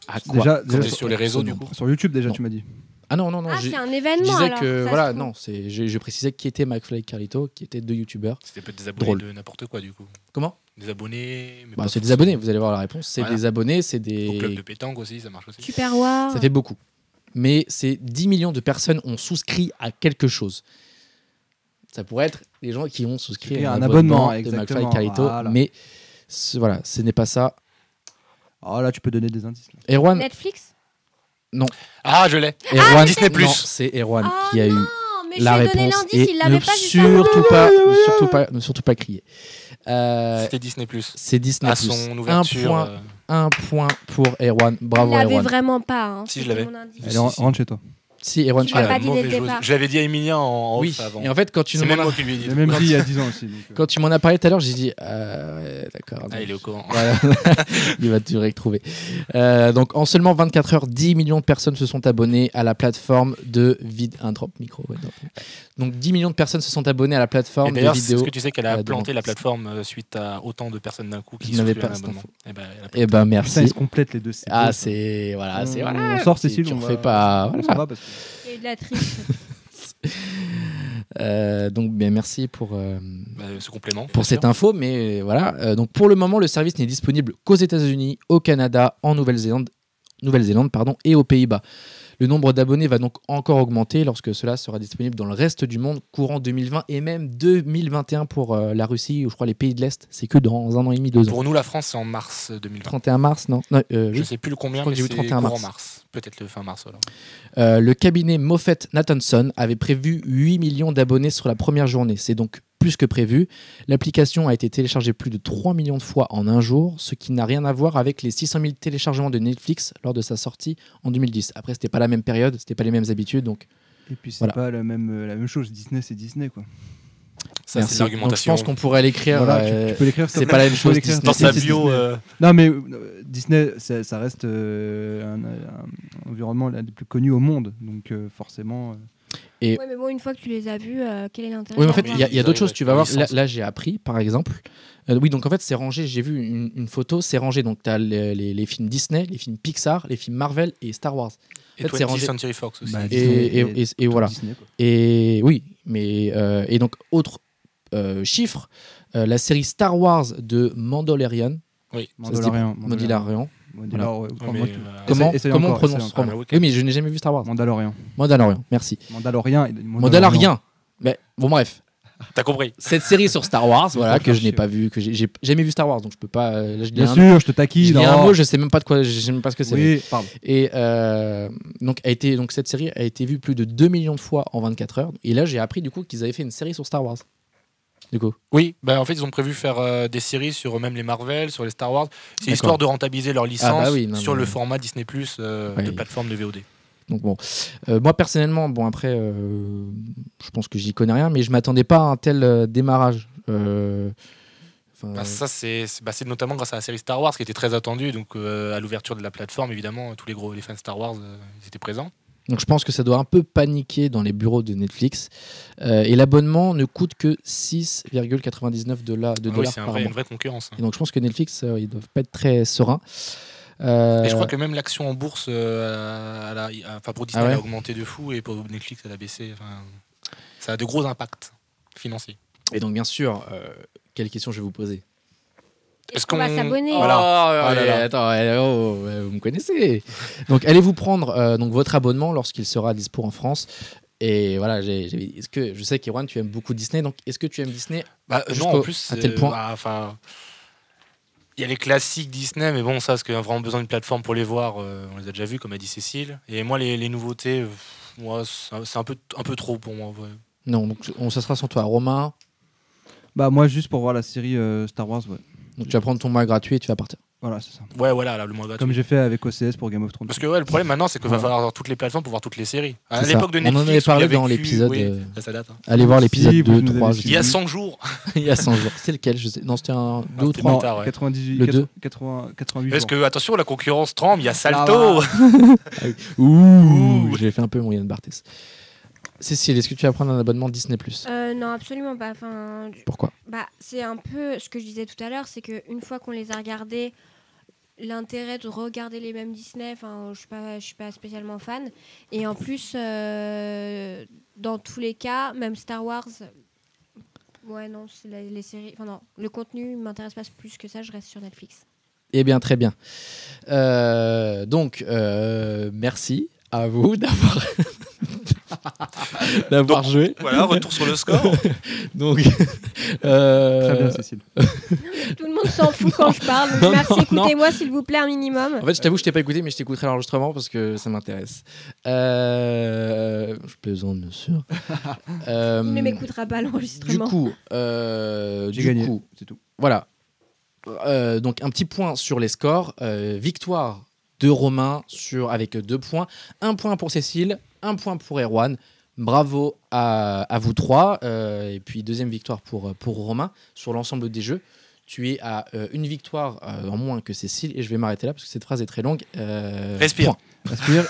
S1: À quoi
S4: Déjà- déjà
S1: correspond
S2: sur- sur les réseaux,
S1: ce
S2: du
S1: nombre
S4: Sur YouTube déjà,
S1: Non.
S4: tu m'as dit.
S1: Ah non, non, non.
S3: ah,
S1: j'ai-
S3: c'est un
S1: je
S3: événement
S1: disais
S3: alors.
S1: que
S3: ça se
S1: voilà,
S3: trouve.
S1: non, c'est- je, je précisais qui était McFly et Carlito, qui étaient deux youtubeurs.
S2: C'était peut-être des abonnés
S1: Drôle.
S2: de n'importe quoi, du coup.
S1: Comment
S2: Des abonnés. mais
S1: Bah,
S2: pas
S1: C'est des
S2: forcément.
S1: abonnés, vous allez voir la réponse. C'est
S2: Voilà.
S1: des abonnés, c'est
S2: Au club de
S1: des.
S2: pétanque aussi, ça marche aussi.
S3: Super War.
S1: Ça fait beaucoup. Mais c'est 10 millions de personnes ont souscrit à quelque chose. Ça pourrait être les gens qui ont souscrit
S4: Et
S1: à un,
S4: un abonnement,
S1: de McFly
S4: exactement,
S1: et Carlito,
S4: voilà.
S1: mais ce, voilà, ce n'est pas ça.
S4: Ah là, tu peux donner des indices. là.
S1: Erwan,
S3: Netflix
S2: Ah, je l'ai.
S1: Erwan,
S2: Disney+.
S1: non, c'est Erwan
S3: Oh
S1: qui a eu
S3: Non, mais
S1: la
S3: je lui ai donné
S1: réponse
S3: l'indice, il l'avait
S1: ne
S3: pas juste avant.
S1: surtout pas, ne surtout pas, ne surtout pas crier. Euh,
S2: C'était Disney. Plus.
S1: c'est Disney+.
S2: À son
S1: un
S2: ouverture.
S1: point,
S2: euh,
S1: un point pour Erwan.
S3: il
S1: Bravo
S3: l'avait
S1: Erwan.
S3: vraiment pas. hein,
S2: Si, je
S3: c'était
S2: l'avais.
S3: mon indice.
S2: Si,
S4: Allez, ren-
S2: si.
S4: rentre chez toi.
S1: Si Erwan,
S3: Tu
S1: tu
S3: l'as
S1: l'as.
S3: pas dit dès le
S2: mauvaise
S3: départ.
S2: Je l'avais dit à Emilien en off
S1: Oui.
S2: avant.
S1: Et en fait, quand tu
S2: C'est
S1: nous en
S2: même
S1: as-
S2: moi qui lui ai dit.
S4: J'ai même dit il y a 10 ans aussi. donc, euh.
S1: Quand tu m'en as parlé tout à l'heure, j'ai dit, euh, d'accord.
S2: Ah,
S1: donc,
S2: il est au courant.
S1: voilà. il va durer que trouver. Euh, donc, en seulement 24 heures, 10 millions de personnes se sont abonnées à la plateforme de vid Un drop micro. ouais, drop. Donc, 10 millions de personnes se sont abonnées à la
S2: Et
S1: plateforme de
S2: d'ailleurs, est-ce
S1: vidéo.
S2: que tu sais qu'elle a
S1: euh, de
S2: planté
S1: mon-
S2: la plateforme euh, suite à autant de personnes d'un coup qui
S1: Je n'avais
S2: souscrivaient
S1: pas
S2: un
S1: cette
S2: abonnement
S1: info.
S2: Eh ben, elle a planté.
S1: Eh ben,
S4: Putain,
S1: merci.
S4: ils se complètent les deux. c'est beau,
S1: Ah,
S4: ça.
S1: c'est. Voilà, c'est.
S4: On-
S1: Voilà.
S4: On sort
S1: tu-
S4: Cécile.
S1: Tu
S4: on
S1: refais
S4: va-
S1: pas.
S4: on
S1: voilà.
S4: s'en va parce que-
S3: Il y a eu de la triche.
S1: Euh, donc, bien, merci pour. euh,
S2: Bah, ce complément.
S1: pour cette info, mais voilà. Euh, donc pour le moment, le service n'est disponible qu'aux États-Unis, au Canada, en Nouvelle-Zélande, Nouvelle-Zélande pardon, et aux Pays-Bas. Le nombre d'abonnés va donc encore augmenter lorsque cela sera disponible dans le reste du monde courant 2020 et même 2021 pour euh, la Russie ou je crois les pays de l'Est. C'est que dans un an et demi, deux ans.
S2: Pour nous, la France, c'est en mars 2020.
S1: 31 mars, non, non, euh,
S2: Ah, Je
S1: oui.
S2: sais plus le combien,
S1: crois
S2: mais
S1: que j'ai vu
S2: c'est
S1: 31
S2: courant
S1: mars.
S2: mars. Peut-être le fin mars alors.
S1: Euh, le cabinet Moffett Nathanson avait prévu 8 millions d'abonnés sur la première journée. C'est donc plus que prévu. L'application a été téléchargée plus de 3 millions de fois en un jour, ce qui n'a rien à voir avec les 600 000 téléchargements de Netflix lors de sa sortie en 2010. Après, c'était pas la même période, c'était pas les mêmes habitudes, donc
S4: Et puis, c'est
S1: Voilà.
S4: pas la même, euh, la même chose. Disney, c'est Disney, quoi.
S2: Ça,
S1: merci.
S2: c'est
S1: Donc, je
S2: l'argumentation.
S1: pense qu'on pourrait l'écrire.
S4: Voilà, tu-
S1: euh,
S4: tu peux l'écrire
S1: c'est
S4: comme-
S1: pas la même
S4: tu peux
S1: chose,
S4: l'écrire
S1: Disney.
S2: Dans
S4: comme
S2: sa
S4: Disney.
S2: bio, euh,
S4: Non, mais euh, Disney, ça, ça reste euh, un, un environnement l'un des plus connus au monde. Donc, euh, forcément. euh,
S3: Ouais, mais bon, une fois que tu les as vus, euh, quel est l'intérêt
S1: Oui, mais en
S3: d'en
S1: fait,
S2: mais
S1: il y a, il y a
S2: ils
S1: d'autres
S2: arrivent
S1: choses.
S2: avec
S1: Tu vas
S2: la
S1: voir, là,
S2: licence.
S1: là, j'ai appris, par exemple. Euh, oui, donc en fait, c'est rangé. J'ai vu une, une photo, c'est rangé. Donc, tu as les, les- les films Disney, les films Pixar, les films Marvel et Star Wars.
S2: et
S1: fait, c'est
S2: 20th
S1: rangé-
S2: Century Fox aussi.
S4: Bah,
S1: Et,
S4: Disney,
S1: et- et- et voilà.
S4: Disney, quoi.
S1: Et oui, mais. euh, et donc, autre euh, chiffre euh, la série Star Wars de Mandalorian.
S2: oui.
S1: ça se dit-
S4: Mandalorian.
S1: Mandalorian.
S4: Mandalorian, ouais,
S2: Ouais,
S4: autant
S2: mais,
S4: moi que-
S2: euh,
S1: Comment,
S4: Essaye- essaye
S1: comment on
S4: encore,
S1: prononce
S4: essaye
S1: Romain
S2: encore. Ah, ok.
S1: Oui, mais je n'ai jamais vu Star Wars.
S4: Mandalorian.
S1: Mandalorian, merci.
S4: Mandalorian. et-
S1: Mandalorian. Mais, bon, bref.
S2: T'as compris.
S1: Cette série sur Star Wars,
S4: C'est
S1: voilà,
S4: pas
S1: que je n'ai
S4: cherché.
S1: pas vu, que j'ai j'ai jamais vu Star Wars, donc je peux pas. euh, là, je dis
S4: Bien
S1: un-
S4: sûr, je te taquille.
S1: Je lis un
S4: non.
S1: mot, je sais même pas de quoi, je sais même pas ce que c'est.
S4: Oui, pardon.
S1: Et euh, donc, a été, donc cette série a été vue plus de 2 millions de fois en 24 heures. Et là, j'ai appris du coup qu'ils avaient fait une série sur Star Wars. Du coup,
S2: Oui, bah, en fait, ils ont prévu faire euh, des séries sur même les Marvel, sur les Star Wars. C'est
S1: D'accord.
S2: histoire de rentabiliser leur
S1: Ah
S2: licence
S1: bah oui, non,
S2: sur
S1: mais-
S2: le format Disney Plus euh,
S1: Ouais.
S2: de plateforme de VOD.
S1: donc bon, Euh, moi personnellement, bon après, euh, je pense que j'y connais rien, mais je m'attendais pas à un tel euh, démarrage. Euh, enfin,
S2: Bah, ça, c'est c'est- bah, c'est notamment grâce à la série Star Wars qui était très attendue. Donc, euh, à l'ouverture de la plateforme, évidemment, tous les gros les fans Star Wars euh, ils étaient présents.
S1: Donc je pense que ça doit un peu paniquer dans les bureaux de Netflix. Euh, et l'abonnement ne coûte que 6,99 dollars, de
S2: Ah oui,
S1: dollars
S2: c'est un
S1: par
S2: vrai-
S1: mois.
S2: une vraie concurrence. hein.
S1: Et donc je pense que Netflix, euh, ils doivent pas être très sereins. Euh,
S2: Et je crois que même l'action en bourse, euh, à la- à- enfin, pour Disney,
S1: Ah ouais
S2: elle a augmenté de fou et pour Netflix, elle a baissé. Enfin, ça a de gros impacts financiers.
S1: et donc bien sûr, euh, quelle question je vais vous poser
S2: Est-ce
S3: qu'on va s'abonner
S2: Voilà.
S1: Oh,
S2: Oh là là.
S1: Attends, eh, oh, eh, vous me connaissez. Donc allez-vous prendre euh, donc votre abonnement lorsqu'il sera dispo en France et voilà, j'ai- j'ai- est-ce que je sais qu'Erwan, tu aimes beaucoup Disney, donc est-ce que tu aimes Disney
S2: Bah,
S1: Jusqu'au-
S2: non, en plus,
S1: à tel
S2: euh,
S1: point.
S2: bah, enfin, il y a les classiques Disney, mais bon, ça, parce qu'on a vraiment besoin d'une plateforme pour les voir, euh, on les a déjà vus, comme a dit Cécile. Et moi, les, les nouveautés, euh, moi, c'est c'est un peu, un peu trop pour moi. ouais.
S1: Non, donc on ça sera sans toi, Romain.
S4: Bah, moi, juste pour voir la série euh, Star Wars, ouais.
S1: Donc tu vas prendre ton mois gratuit et tu vas partir.
S4: Voilà, c'est ça.
S2: Ouais, voilà, là, le moins gratuit.
S4: Comme j'ai fait avec OCS pour Game of
S2: Bah,
S4: Thrones.
S2: Parce que ouais, le problème maintenant, c'est qu'il va
S4: Voilà.
S2: falloir avoir toutes les plateformes pour voir toutes les séries. À
S1: C'est ça.
S2: l'époque de
S1: On en
S2: Netflix,
S1: avait
S2: où
S1: parlé
S2: il y
S1: dans
S2: Q,
S1: l'épisode,
S2: oui,
S1: euh,
S2: ça, ça date. hein.
S1: Allez voir
S4: Si,
S1: l'épisode
S4: vous
S1: 2,
S4: nous avez
S1: 3, je
S4: suivi.
S2: Il y a 100 jours.
S1: il y a 100 jours. C'est lequel je sais... Non, c'était un 2 ou
S2: c'était
S1: 3.
S4: Non,
S2: plus tard, ouais.
S4: 98,
S1: Le deux.
S4: 80, 88
S2: Parce
S4: jours.
S2: que attention, la concurrence tremble. Il y a
S4: Ah,
S2: Salto.
S1: Ouh, j'ai fait un peu mon Yann Barthès. Cécile, est-ce que tu vas prendre un abonnement Disney Plus
S3: Euh, non, absolument pas. Enfin, je-
S1: Pourquoi
S3: bah, c'est un peu ce que je disais tout à l'heure, c'est qu'une fois qu'on les a regardés, l'intérêt de regarder les mêmes Disney, enfin, je suis pas, je suis pas spécialement fan. Et en plus, euh, dans tous les cas, même Star Wars, ouais, non, c'est la- les séries, enfin non, le contenu m'intéresse pas plus que ça. Je reste sur Netflix.
S1: Eh bien, très bien. Euh, donc, euh, merci à vous d'avoir d'avoir joué.
S2: Voilà, retour sur le score.
S1: Donc, euh,
S4: Très bien, Cécile.
S3: Tout le monde s'en fout quand je parle. donc
S1: Non,
S3: merci,
S1: non, Euh,
S3: écoutez-moi s'il vous plaît un minimum.
S1: En fait, je t'avoue, je t'ai pas écouté, mais je t'écouterai l'enregistrement parce que ça m'intéresse. Euh, je plaisante, bien sûr. Euh,
S3: Il ne m'écoutera pas
S1: du
S3: l'enregistrement.
S1: coup, euh,
S4: J'ai
S1: du
S4: gagné.
S1: coup,
S4: C'est tout.
S1: voilà. Euh, donc un petit point sur les scores. Euh, victoire de Romain sur, avec deux points. Un point pour Cécile, un point pour Erwan. Bravo à, à vous trois. Euh, et puis deuxième victoire pour, pour Romain sur l'ensemble des jeux. Tu es à euh, une victoire euh, en moins que Cécile. Et je vais m'arrêter là parce que cette phrase est très longue. Euh,
S2: Respire.
S1: point.
S4: Respire.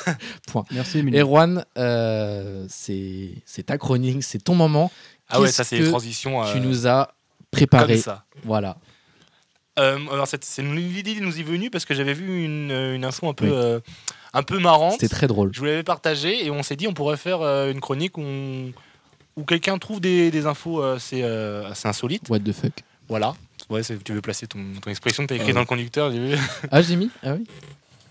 S1: Point.
S4: Merci, Émilie.
S1: Erwan, euh, c'est c'est ta chronique, c'est ton moment.
S2: Ah ouais,
S1: Qu'est-ce
S2: ça c'est
S1: que
S2: les transitions. euh,
S1: Tu nous as
S2: comme
S1: préparé.
S2: ça.
S1: Voilà.
S2: Euh, alors cette- c'est l'idée nous est venue parce que j'avais vu une, euh, une info un peu
S1: Oui.
S2: euh, un peu marrante.
S1: C'était très drôle.
S2: Je vous l'avais partagée et on s'est dit on pourrait faire euh, une chronique où, on- où quelqu'un trouve des, des infos euh, assez, euh, assez insolites.
S1: What the fuck
S2: Voilà. Ouais, c'est- tu veux placer ton, ton expression que t'as écrit
S1: Euh.
S2: dans le conducteur. j'ai vu.
S1: Ah, j'ai mis Ah oui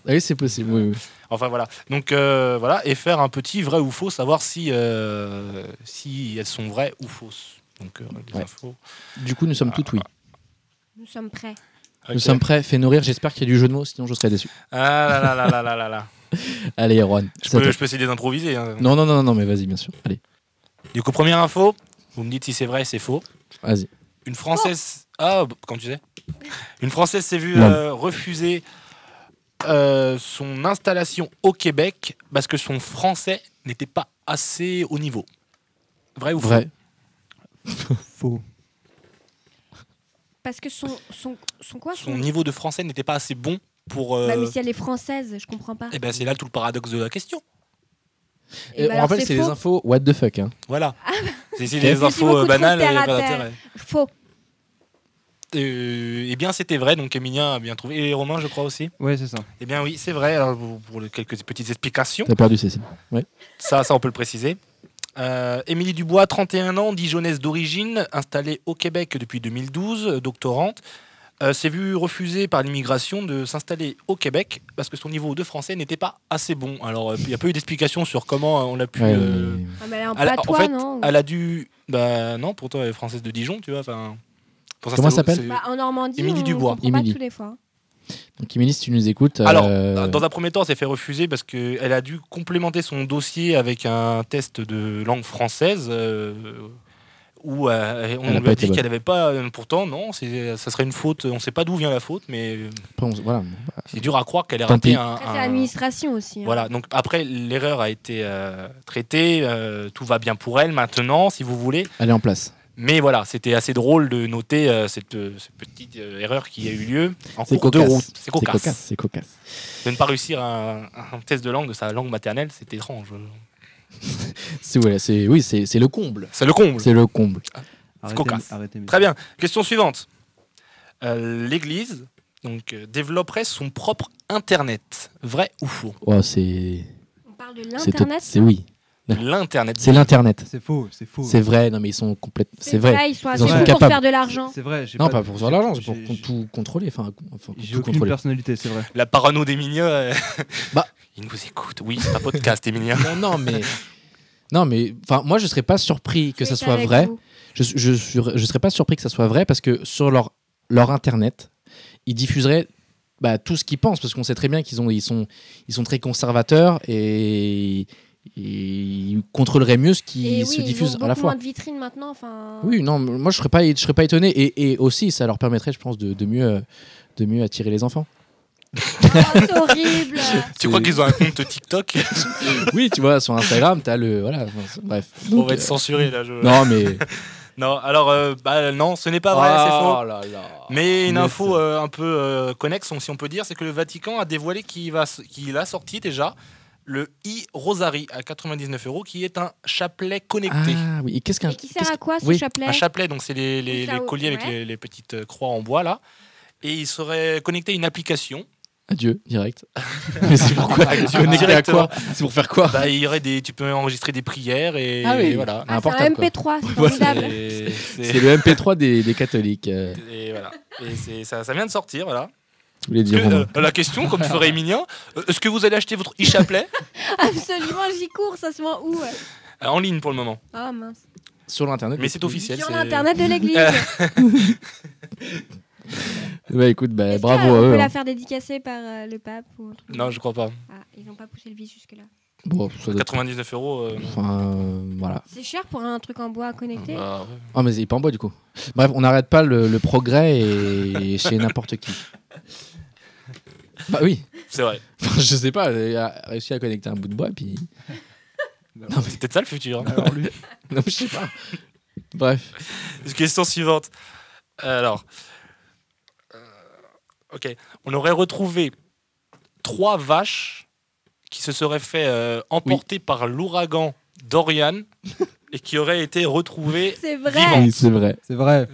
S1: Ah oui, c'est possible, oui, oui.
S2: enfin voilà. Donc euh, voilà et faire un petit vrai ou faux, savoir si euh, si elles sont vraies ou fausses. Donc euh, des
S1: Ouais.
S2: infos.
S1: Du coup, nous sommes tout oui.
S3: Nous sommes prêts.
S1: Nous
S2: Ah, Ok.
S1: sommes prêts, fais nourrir, j'espère qu'il y a du jeu de mots, sinon je serais déçu.
S2: Ah là là là là là là là.
S1: Allez, Erwan. c'est
S2: Je
S1: à
S2: peux,
S1: toi.
S2: je peux essayer d'improviser. hein.
S1: Non, non, non, non, mais vas-y, bien sûr. Allez,
S2: Du coup première info, vous me dites si c'est vrai, c'est faux.
S1: vas-y.
S2: Une Française.
S3: Oh.
S2: Ah, bah, quand tu sais. Une Française s'est vue
S1: Non.
S2: euh, refuser euh, son installation au Québec parce que son français n'était pas assez haut niveau. Vrai ou faux
S1: Vrai.
S4: Faux.
S3: Parce que son, son, son quoi
S2: Son
S3: son-
S2: niveau de français n'était pas assez bon pour.
S3: Bah,
S2: euh,
S3: mais si elle est française, je comprends pas.
S2: Eh ben, c'est là tout le paradoxe de la question.
S3: Eh
S1: Et
S3: ben
S1: on
S3: alors,
S1: rappelle, c'est les
S3: faux.
S1: infos what the fuck. Hein.
S2: Voilà. C'est c'est
S3: Ah, bah. Merci
S2: des
S3: beaucoup
S2: infos euh,
S3: de
S2: banales, il
S3: terre
S2: n'y a
S3: à
S2: pas
S3: terre.
S2: d'intérêt.
S3: Faux.
S2: Euh, Eh bien, c'était vrai, donc Emilien a bien trouvé. Et Romain, je crois aussi.
S4: Ouais, c'est ça.
S2: Eh bien, oui, c'est vrai. Alors, pour- pour les quelques petites explications.
S1: T'as perdu, Cécile.
S2: Ça, ça, on peut le préciser. Euh, Émilie Dubois, 31 ans, dijonnaise d'origine, installée au Québec depuis 2012, euh, doctorante, euh, s'est vue refuser par l'immigration de s'installer au Québec parce que son niveau de français n'était pas assez bon. Alors, euh, il n'y a pas eu d'explication sur comment euh, on l'a pu.
S1: Ouais,
S2: euh,
S1: mais-
S3: Ah, mais elle est un
S2: elle a-
S3: patois,
S2: en fait,
S3: non
S2: Elle a dû. Bah non, pourtant, elle est française de Dijon, tu vois. enfin, pour
S1: Comment
S2: c'est-
S1: s'appelle
S2: c'est-
S3: Bah, En Normandie,
S2: Émilie
S3: on
S2: Dubois.
S3: comprend pas
S1: Émilie.
S3: tous les fois.
S1: Donc, Émilie, si tu nous écoutes.
S2: Alors,
S1: euh,
S2: Dans un premier temps, elle s'est fait refuser parce qu'elle a dû complémenter son dossier avec un test de langue française euh, où euh,
S1: Elle a
S2: on lui
S1: pas
S2: a
S1: été
S2: dit
S1: bonne.
S2: qu'elle n'avait pas. euh, pourtant, non, c'est- ça serait une faute. On ne sait pas d'où vient la faute, mais euh,
S1: après, on- voilà.
S2: c'est dur à croire qu'elle ait
S1: Tant
S2: raté
S1: pis.
S2: un.
S3: Après, c'est
S2: un-
S3: l'administration aussi. hein.
S2: Voilà, donc après, l'erreur a été euh, traitée, euh, tout va bien pour elle maintenant, si vous voulez.
S1: Elle est en place.
S2: Mais voilà, c'était assez drôle de noter euh, cette, euh, cette petite euh, erreur qui a eu lieu en
S1: C'est
S2: cours de
S1: cocasse.
S2: route. C'est
S1: C'est
S2: cocasse.
S1: cocasse, c'est cocasse.
S2: De ne pas réussir un, un test de langue de sa langue maternelle, c'est étrange.
S1: C'est ouais, c'est- oui, c'est c'est le comble.
S2: C'est le comble.
S1: C'est le comble.
S4: Arrêtez,
S2: cocasse.
S4: arrêtez, mais-
S2: Très bien. Question suivante. Euh, L'Église donc euh, développerait son propre Internet. Vrai ou faux
S1: Oh, c'est
S3: On parle de
S1: c'est top-
S3: l'internet.
S1: c'est oui,
S2: L'Internet.
S1: c'est l'internet.
S4: C'est faux, c'est faux.
S1: C'est vrai, non mais ils sont complètement c'est vrai.
S3: Ils sont
S1: Ils
S3: assez
S4: en sont
S3: bons pour
S1: capables.
S3: faire de l'argent.
S4: C'est vrai. j'ai
S1: Non, pas pour
S4: j'ai-
S1: faire de l'argent, c'est pour
S4: j'ai-
S1: con- tout contrôler, enfin con- enfin,
S4: J'ai
S1: tout
S4: aucune
S1: contrôler.
S4: personnalité, c'est vrai.
S2: La parano d'Emilia. euh,
S1: Bah.
S2: Il nous écoute. Oui, c'est un podcast, Emilia.
S1: Non, non, mais non mais enfin moi je serais pas surpris que ça
S3: Je vais
S1: soit
S3: avec
S1: vrai.
S3: vous.
S1: Je je sur- je serais pas surpris que ça soit vrai parce que sur leur leur internet, ils diffuseraient bah, tout ce qu'ils pensent parce qu'on sait très bien qu'ils ont ils sont ils sont très conservateurs et et ils contrôleraient mieux ce qui
S3: Et
S1: se
S3: oui,
S1: diffuse
S3: ils ont
S1: à la
S3: beaucoup
S1: fois.
S3: moins de vitrines maintenant. Enfin,
S1: Oui, non, m- moi je serais pas, je serais pas étonné et, et aussi ça leur permettrait, je pense, de, de mieux, euh, de mieux attirer les enfants.
S3: Oh, c'est horrible.
S2: Tu crois qu'ils ont un compte TikTok
S1: Oui, tu vois, sur Instagram, t'as le, voilà, enfin, c'est- bref.
S2: On
S1: Donc,
S2: va être
S1: euh,
S2: censuré là. je-
S1: non mais.
S2: Non, alors, euh, bah, non, ce n'est pas vrai,
S1: Ah,
S2: c'est faux.
S1: Oh là là.
S2: Mais une
S1: Yes.
S2: info euh, un peu euh, connexe, si on peut dire, c'est que le Vatican a dévoilé qu'il va s- qu'il a sorti déjà le e-Rosary à 99 euros, qui est un chapelet connecté.
S1: Ah oui, et qu'est-ce qu'un,
S3: Et qui sert
S1: qu'est-ce-
S3: à quoi ce
S1: oui,
S3: chapelet
S2: Un chapelet, donc c'est les, les-
S3: Oui, ça,
S2: les
S3: ouais.
S2: colliers avec les, les petites euh, croix en bois là. Et il serait connecté à une application.
S1: adieu direct. mais c'est pourquoi
S2: Adieu,
S1: Connecté à
S2: directement.
S1: quoi C'est pour faire quoi
S2: Bah, il y aurait des, tu peux enregistrer des prières et,
S1: Ah oui.
S2: et voilà.
S3: Ah, c'est
S1: portable,
S3: un MP3, c'est
S1: Voilà.
S3: formidable.
S2: Et
S1: C'est
S2: c'est-
S1: le MP3 des, des catholiques. euh,
S2: et voilà. Et c'est- ça, ça vient de sortir, voilà.
S1: je voulais
S2: Parce
S1: dire.
S2: que,
S1: Romain.
S2: euh, la question, comme ferait Emilien, euh, est-ce que vous allez acheter votre e-chapelet
S3: Absolument, j'y cours, ça se vend où ouais.
S2: Euh, en ligne pour le moment
S3: Oh mince.
S1: Sur l'internet.
S2: Mais c'est officiel.
S3: Sur
S2: c'est-
S3: l'internet de l'église.
S2: Euh,
S1: Eh, Bah écoute, bah,
S3: Est-ce
S1: bravo
S3: qu'on
S1: à
S3: peut
S1: eux.
S3: la
S1: hein.
S3: faire dédicacer par euh, le pape ou un truc
S2: Non, je crois pas.
S3: Ah, ils n'ont pas poussé le vice jusque-là.
S1: Bon, ça doit être-
S2: 99 euros. euh,
S1: Enfin, euh, voilà.
S3: C'est cher pour un truc en bois à connecter.
S2: bah,
S1: Ah, mais c'est pas en bois du coup. Bref, on n'arrête pas le, le progrès et, et chez n'importe qui. Bah oui,
S2: ouais. c'est vrai.
S1: Enfin, je sais pas, j'ai réussi à connecter un bout de bois puis.
S2: C'est peut-être ça le futur. hein.
S4: Alors lui,
S1: Non, je sais pas. Bref,
S2: Question suivante. Alors. euh, ok. On aurait retrouvé trois vaches qui se seraient fait euh, emporter par l'ouragan Dorian et qui auraient été retrouvées.
S3: C'est
S2: Vivant.
S3: vrai.
S1: oui, c'est vrai.
S4: c'est vrai.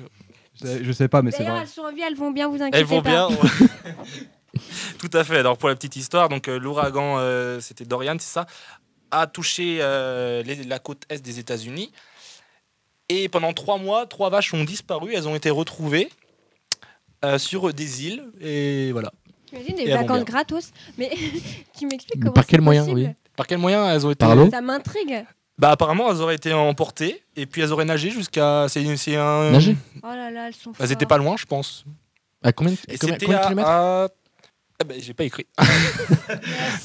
S4: Je, je sais pas, mais c'est
S3: D'ailleurs,
S4: vrai.
S3: elles sont en vie, elles vont bien, vous inquiétez
S2: Elles vont
S3: pas.
S2: bien. Tout à fait. Alors, pour la petite histoire, donc euh, l'ouragan, euh, c'était Dorian, c'est ça, a touché euh, les- la côte est des États-Unis. Et pendant trois mois, trois vaches ont disparu. Elles ont été retrouvées euh, sur des îles. Et voilà.
S3: T'imagines des
S2: Et elles vont
S3: vacances
S2: bien.
S3: gratos. Mais tu m'expliques
S1: Mais
S3: comment
S1: par
S3: c'est
S1: quel moyen, Oh.
S3: possible
S2: Par quel moyen elles ont été
S1: Par l'eau
S3: Ça m'intrigue.
S2: Bah, apparemment, elles auraient été emportées. Et puis, elles auraient nagé jusqu'à. C'est c'est un. Bah,
S1: Nager
S3: Oh là là, elles sont
S2: Elles
S3: fortes.
S2: n'étaient pas loin, je pense.
S1: À combien,
S2: Et
S1: combien-
S2: c'était
S1: combien de
S2: à-
S1: kilomètres
S2: à- Ah, ben, j'ai pas écrit. Mais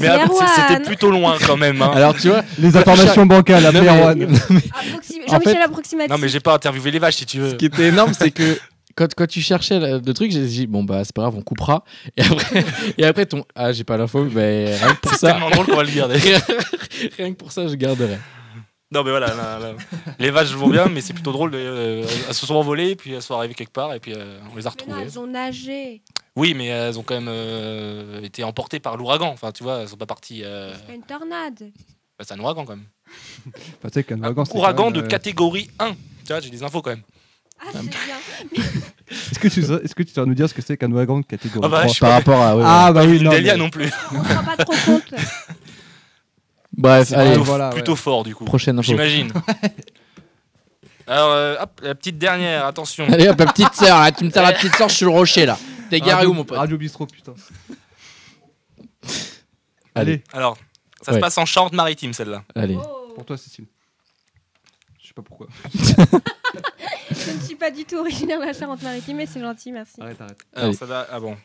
S3: Mais
S2: ah, c'est- c'était
S3: Erwan,
S2: plutôt loin quand même. hein.
S1: Alors tu vois,
S4: Les informations bancales,
S1: Non,
S4: appelez
S1: mais-
S4: Erwan.
S3: approxi-
S1: En fait-
S3: Jean-Michel approximatif.
S2: Non, mais j'ai pas interviewé les vaches si tu
S1: ce
S2: veux.
S1: qui était énorme, c'est que quand, quand tu cherchais le, le truc, j'ai dit bon bah c'est pas grave, on coupera. Et après, et après ton ah j'ai pas l'info, mais rien que pour
S2: C'est
S1: ça,
S2: tellement drôle qu'on va le garder.
S1: rien que pour ça, je garderai.
S2: Non, mais voilà, là, là. les vaches vont bien, mais c'est plutôt drôle. de, euh, elles se sont envolées, puis elles sont arrivées quelque part, et puis euh, on les a
S3: Mais non,
S2: retrouvées.
S3: elles ont nagé.
S2: Oui, mais elles ont quand même euh, été emportées par l'ouragan. Enfin, tu vois, elles sont pas parties. euh,
S3: C'est pas Une tornade.
S2: bah, c'est un ouragan quand même.
S4: Enfin, tu sais qu'un ouragan, c'est quand
S2: ouragan de
S4: même, euh,
S2: catégorie 1. Tu vois, j'ai des infos quand même.
S3: Ah, c'est bien.
S4: Est-ce que tu saurais- est-ce que tu saurais nous dire ce que c'est qu'un ouragan de catégorie
S2: Ah bah,
S4: trois
S2: je suis
S1: Par rapport à ouais, ouais.
S4: Ah bah oui,
S2: Une
S4: non.
S2: Delia
S4: mais-
S2: non plus.
S3: On ne rend pas trop compte.
S1: bref,
S2: C'est
S1: allez,
S2: plutôt,
S4: voilà,
S2: plutôt
S4: ouais.
S2: fort du coup.
S1: prochaine info.
S2: J'imagine. Alors, euh, hop, la petite dernière, attention.
S1: Allez hop, la petite sœur, là, tu me sers la petite sœur, je suis le rocher là. T'es
S2: Ah,
S1: garé
S4: Radio-
S1: où mon pote
S4: Radio Bistro, putain.
S1: Allez.
S4: Allez,
S2: Alors, ça
S1: Ouais.
S2: se passe en Charente-Maritime celle-là.
S1: Allez.
S3: Oh,
S4: pour toi, Cécile. Je sais pas pourquoi.
S3: je ne suis pas du tout originaire de la Charente-Maritime, mais c'est gentil, merci.
S4: Arrête, arrête.
S2: Alors,
S1: Allez.
S2: ça va- Ah bon.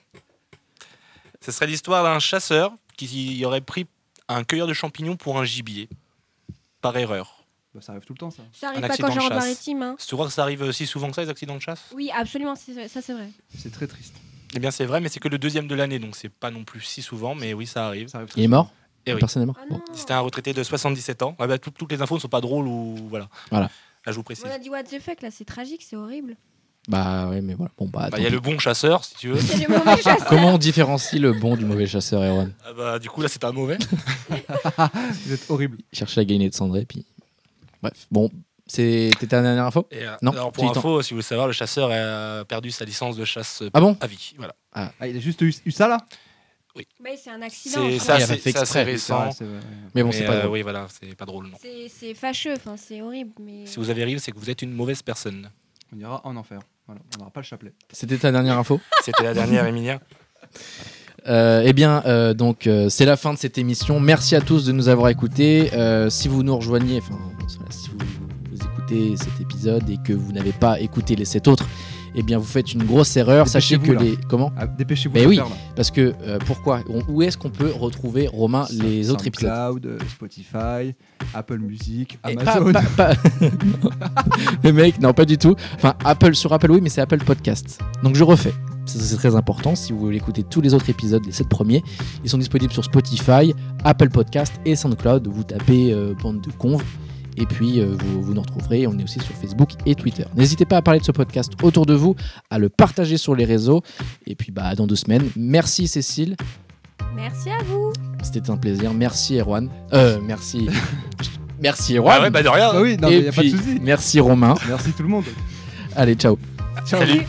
S2: Ce serait l'histoire d'un chasseur qui y aurait pris un cueilleur de champignons pour un gibier. Par erreur.
S4: Bah, ça arrive tout le temps, ça.
S3: Ça arrive
S2: Un
S3: pas
S2: accident
S3: qu'en
S2: de chasse.
S3: Charente-Maritime. Hein.
S2: Tu crois que ça arrive aussi souvent que ça, les accidents de chasse
S3: Oui, absolument, c'est- ça c'est
S2: Oh,
S3: vrai.
S4: C'est très triste.
S2: Eh bien, c'est vrai, mais c'est que le deuxième de l'année, donc c'est pas non plus si souvent, mais oui, ça arrive.
S4: Ça arrive très
S1: Il est
S4: souvent.
S1: mort
S2: Eh oui.
S1: Personne est mort
S3: Ah
S1: Bon.
S3: non.
S2: C'était un retraité de 77 ans. Ah bah, tout- toutes les infos ne sont pas drôles ou. Voilà.
S1: Voilà.
S2: Là, je vous précise.
S3: On a dit what the fuck là, c'est tragique, c'est horrible.
S1: Bah ouais, mais voilà. Bon, bah,
S2: Bah,
S1: tant
S2: Il y a
S1: pis.
S2: le bon chasseur, si tu veux.
S3: C'est le mauvais chasseur.
S1: Comment on différencie le bon du mauvais chasseur, Erwan
S2: Ah bah, du coup, là, c'était un mauvais.
S4: Vous êtes horrible.
S1: Il cherchait à gagner de Sandré, puis. Bref, bon, c'était ta dernière info
S2: Et, euh,
S1: Non,
S2: alors,
S1: j'ai
S2: pour
S1: eu le
S2: info, si vous voulez savoir, le chasseur a perdu sa licence de chasse
S1: Ah bon
S2: à vie. Voilà.
S4: Ah, il a juste eu, eu ça là
S3: Ouais, Bah, c'est un accident.
S2: C'est
S3: je
S2: ça,
S1: Il
S3: crois.
S1: a
S2: c'est-
S1: fait
S2: c'est assez
S1: exprès.
S2: récent.
S4: C'est vrai, c'est vrai.
S1: Mais bon,
S2: Mais,
S1: c'est pas
S2: euh,
S1: drôle.
S2: oui, voilà, c'est pas drôle, non.
S3: C'est c'est fâcheux, enfin c'est horrible. Mais
S2: Si vous avez rire, c'est que vous êtes une mauvaise personne.
S4: On ira en enfer. Voilà, on n'aura pas le chapelet.
S1: C'était ta dernière info
S2: C'était la dernière, Emilia.
S1: Euh, eh bien, euh, donc euh, c'est la fin de cette émission. Merci à tous de nous avoir écoutés. Euh, si vous nous rejoignez, enfin, voilà, si vous, vous écoutez cet épisode et que vous n'avez pas écouté les sept autres, eh bien, vous faites une grosse erreur. Sachez que
S4: Dépêchez-vous, là.
S1: les comment
S4: Ah, Dépêchez-vous.
S1: Mais
S4: de le
S1: oui,
S4: faire, là.
S1: Parce que euh, pourquoi On- Où est-ce qu'on peut retrouver Romain Ah, les autres épisodes
S4: SoundCloud, euh, Spotify, Apple Music,
S1: Et
S4: Amazon.
S1: pas- pas- pas- Les mecs, non, pas du tout. Enfin, Apple sur Apple, oui, mais c'est Apple Podcast. Donc je refais. Ça, C'est très important. Si vous voulez écouter tous les autres épisodes, les 7 premiers, ils sont disponibles sur Spotify, Apple Podcast et SoundCloud. Vous tapez euh, bande de conves. Et puis euh, vous, vous nous retrouverez. On est aussi sur Facebook et Twitter. N'hésitez pas à parler de ce podcast autour de vous, à le partager sur les réseaux. Et puis bah, à dans deux semaines. Merci Cécile.
S3: merci à vous.
S1: C'était un plaisir. Merci Erwan. Euh, merci. merci Erwan.
S2: Ah ouais, bah de rien.
S4: Ah oui, non, mais
S1: Et
S4: il n'y a pas de
S1: puis,
S4: souci.
S1: Merci Romain.
S4: Merci tout le monde.
S1: Allez, ciao.
S4: Ciao.
S2: Salut.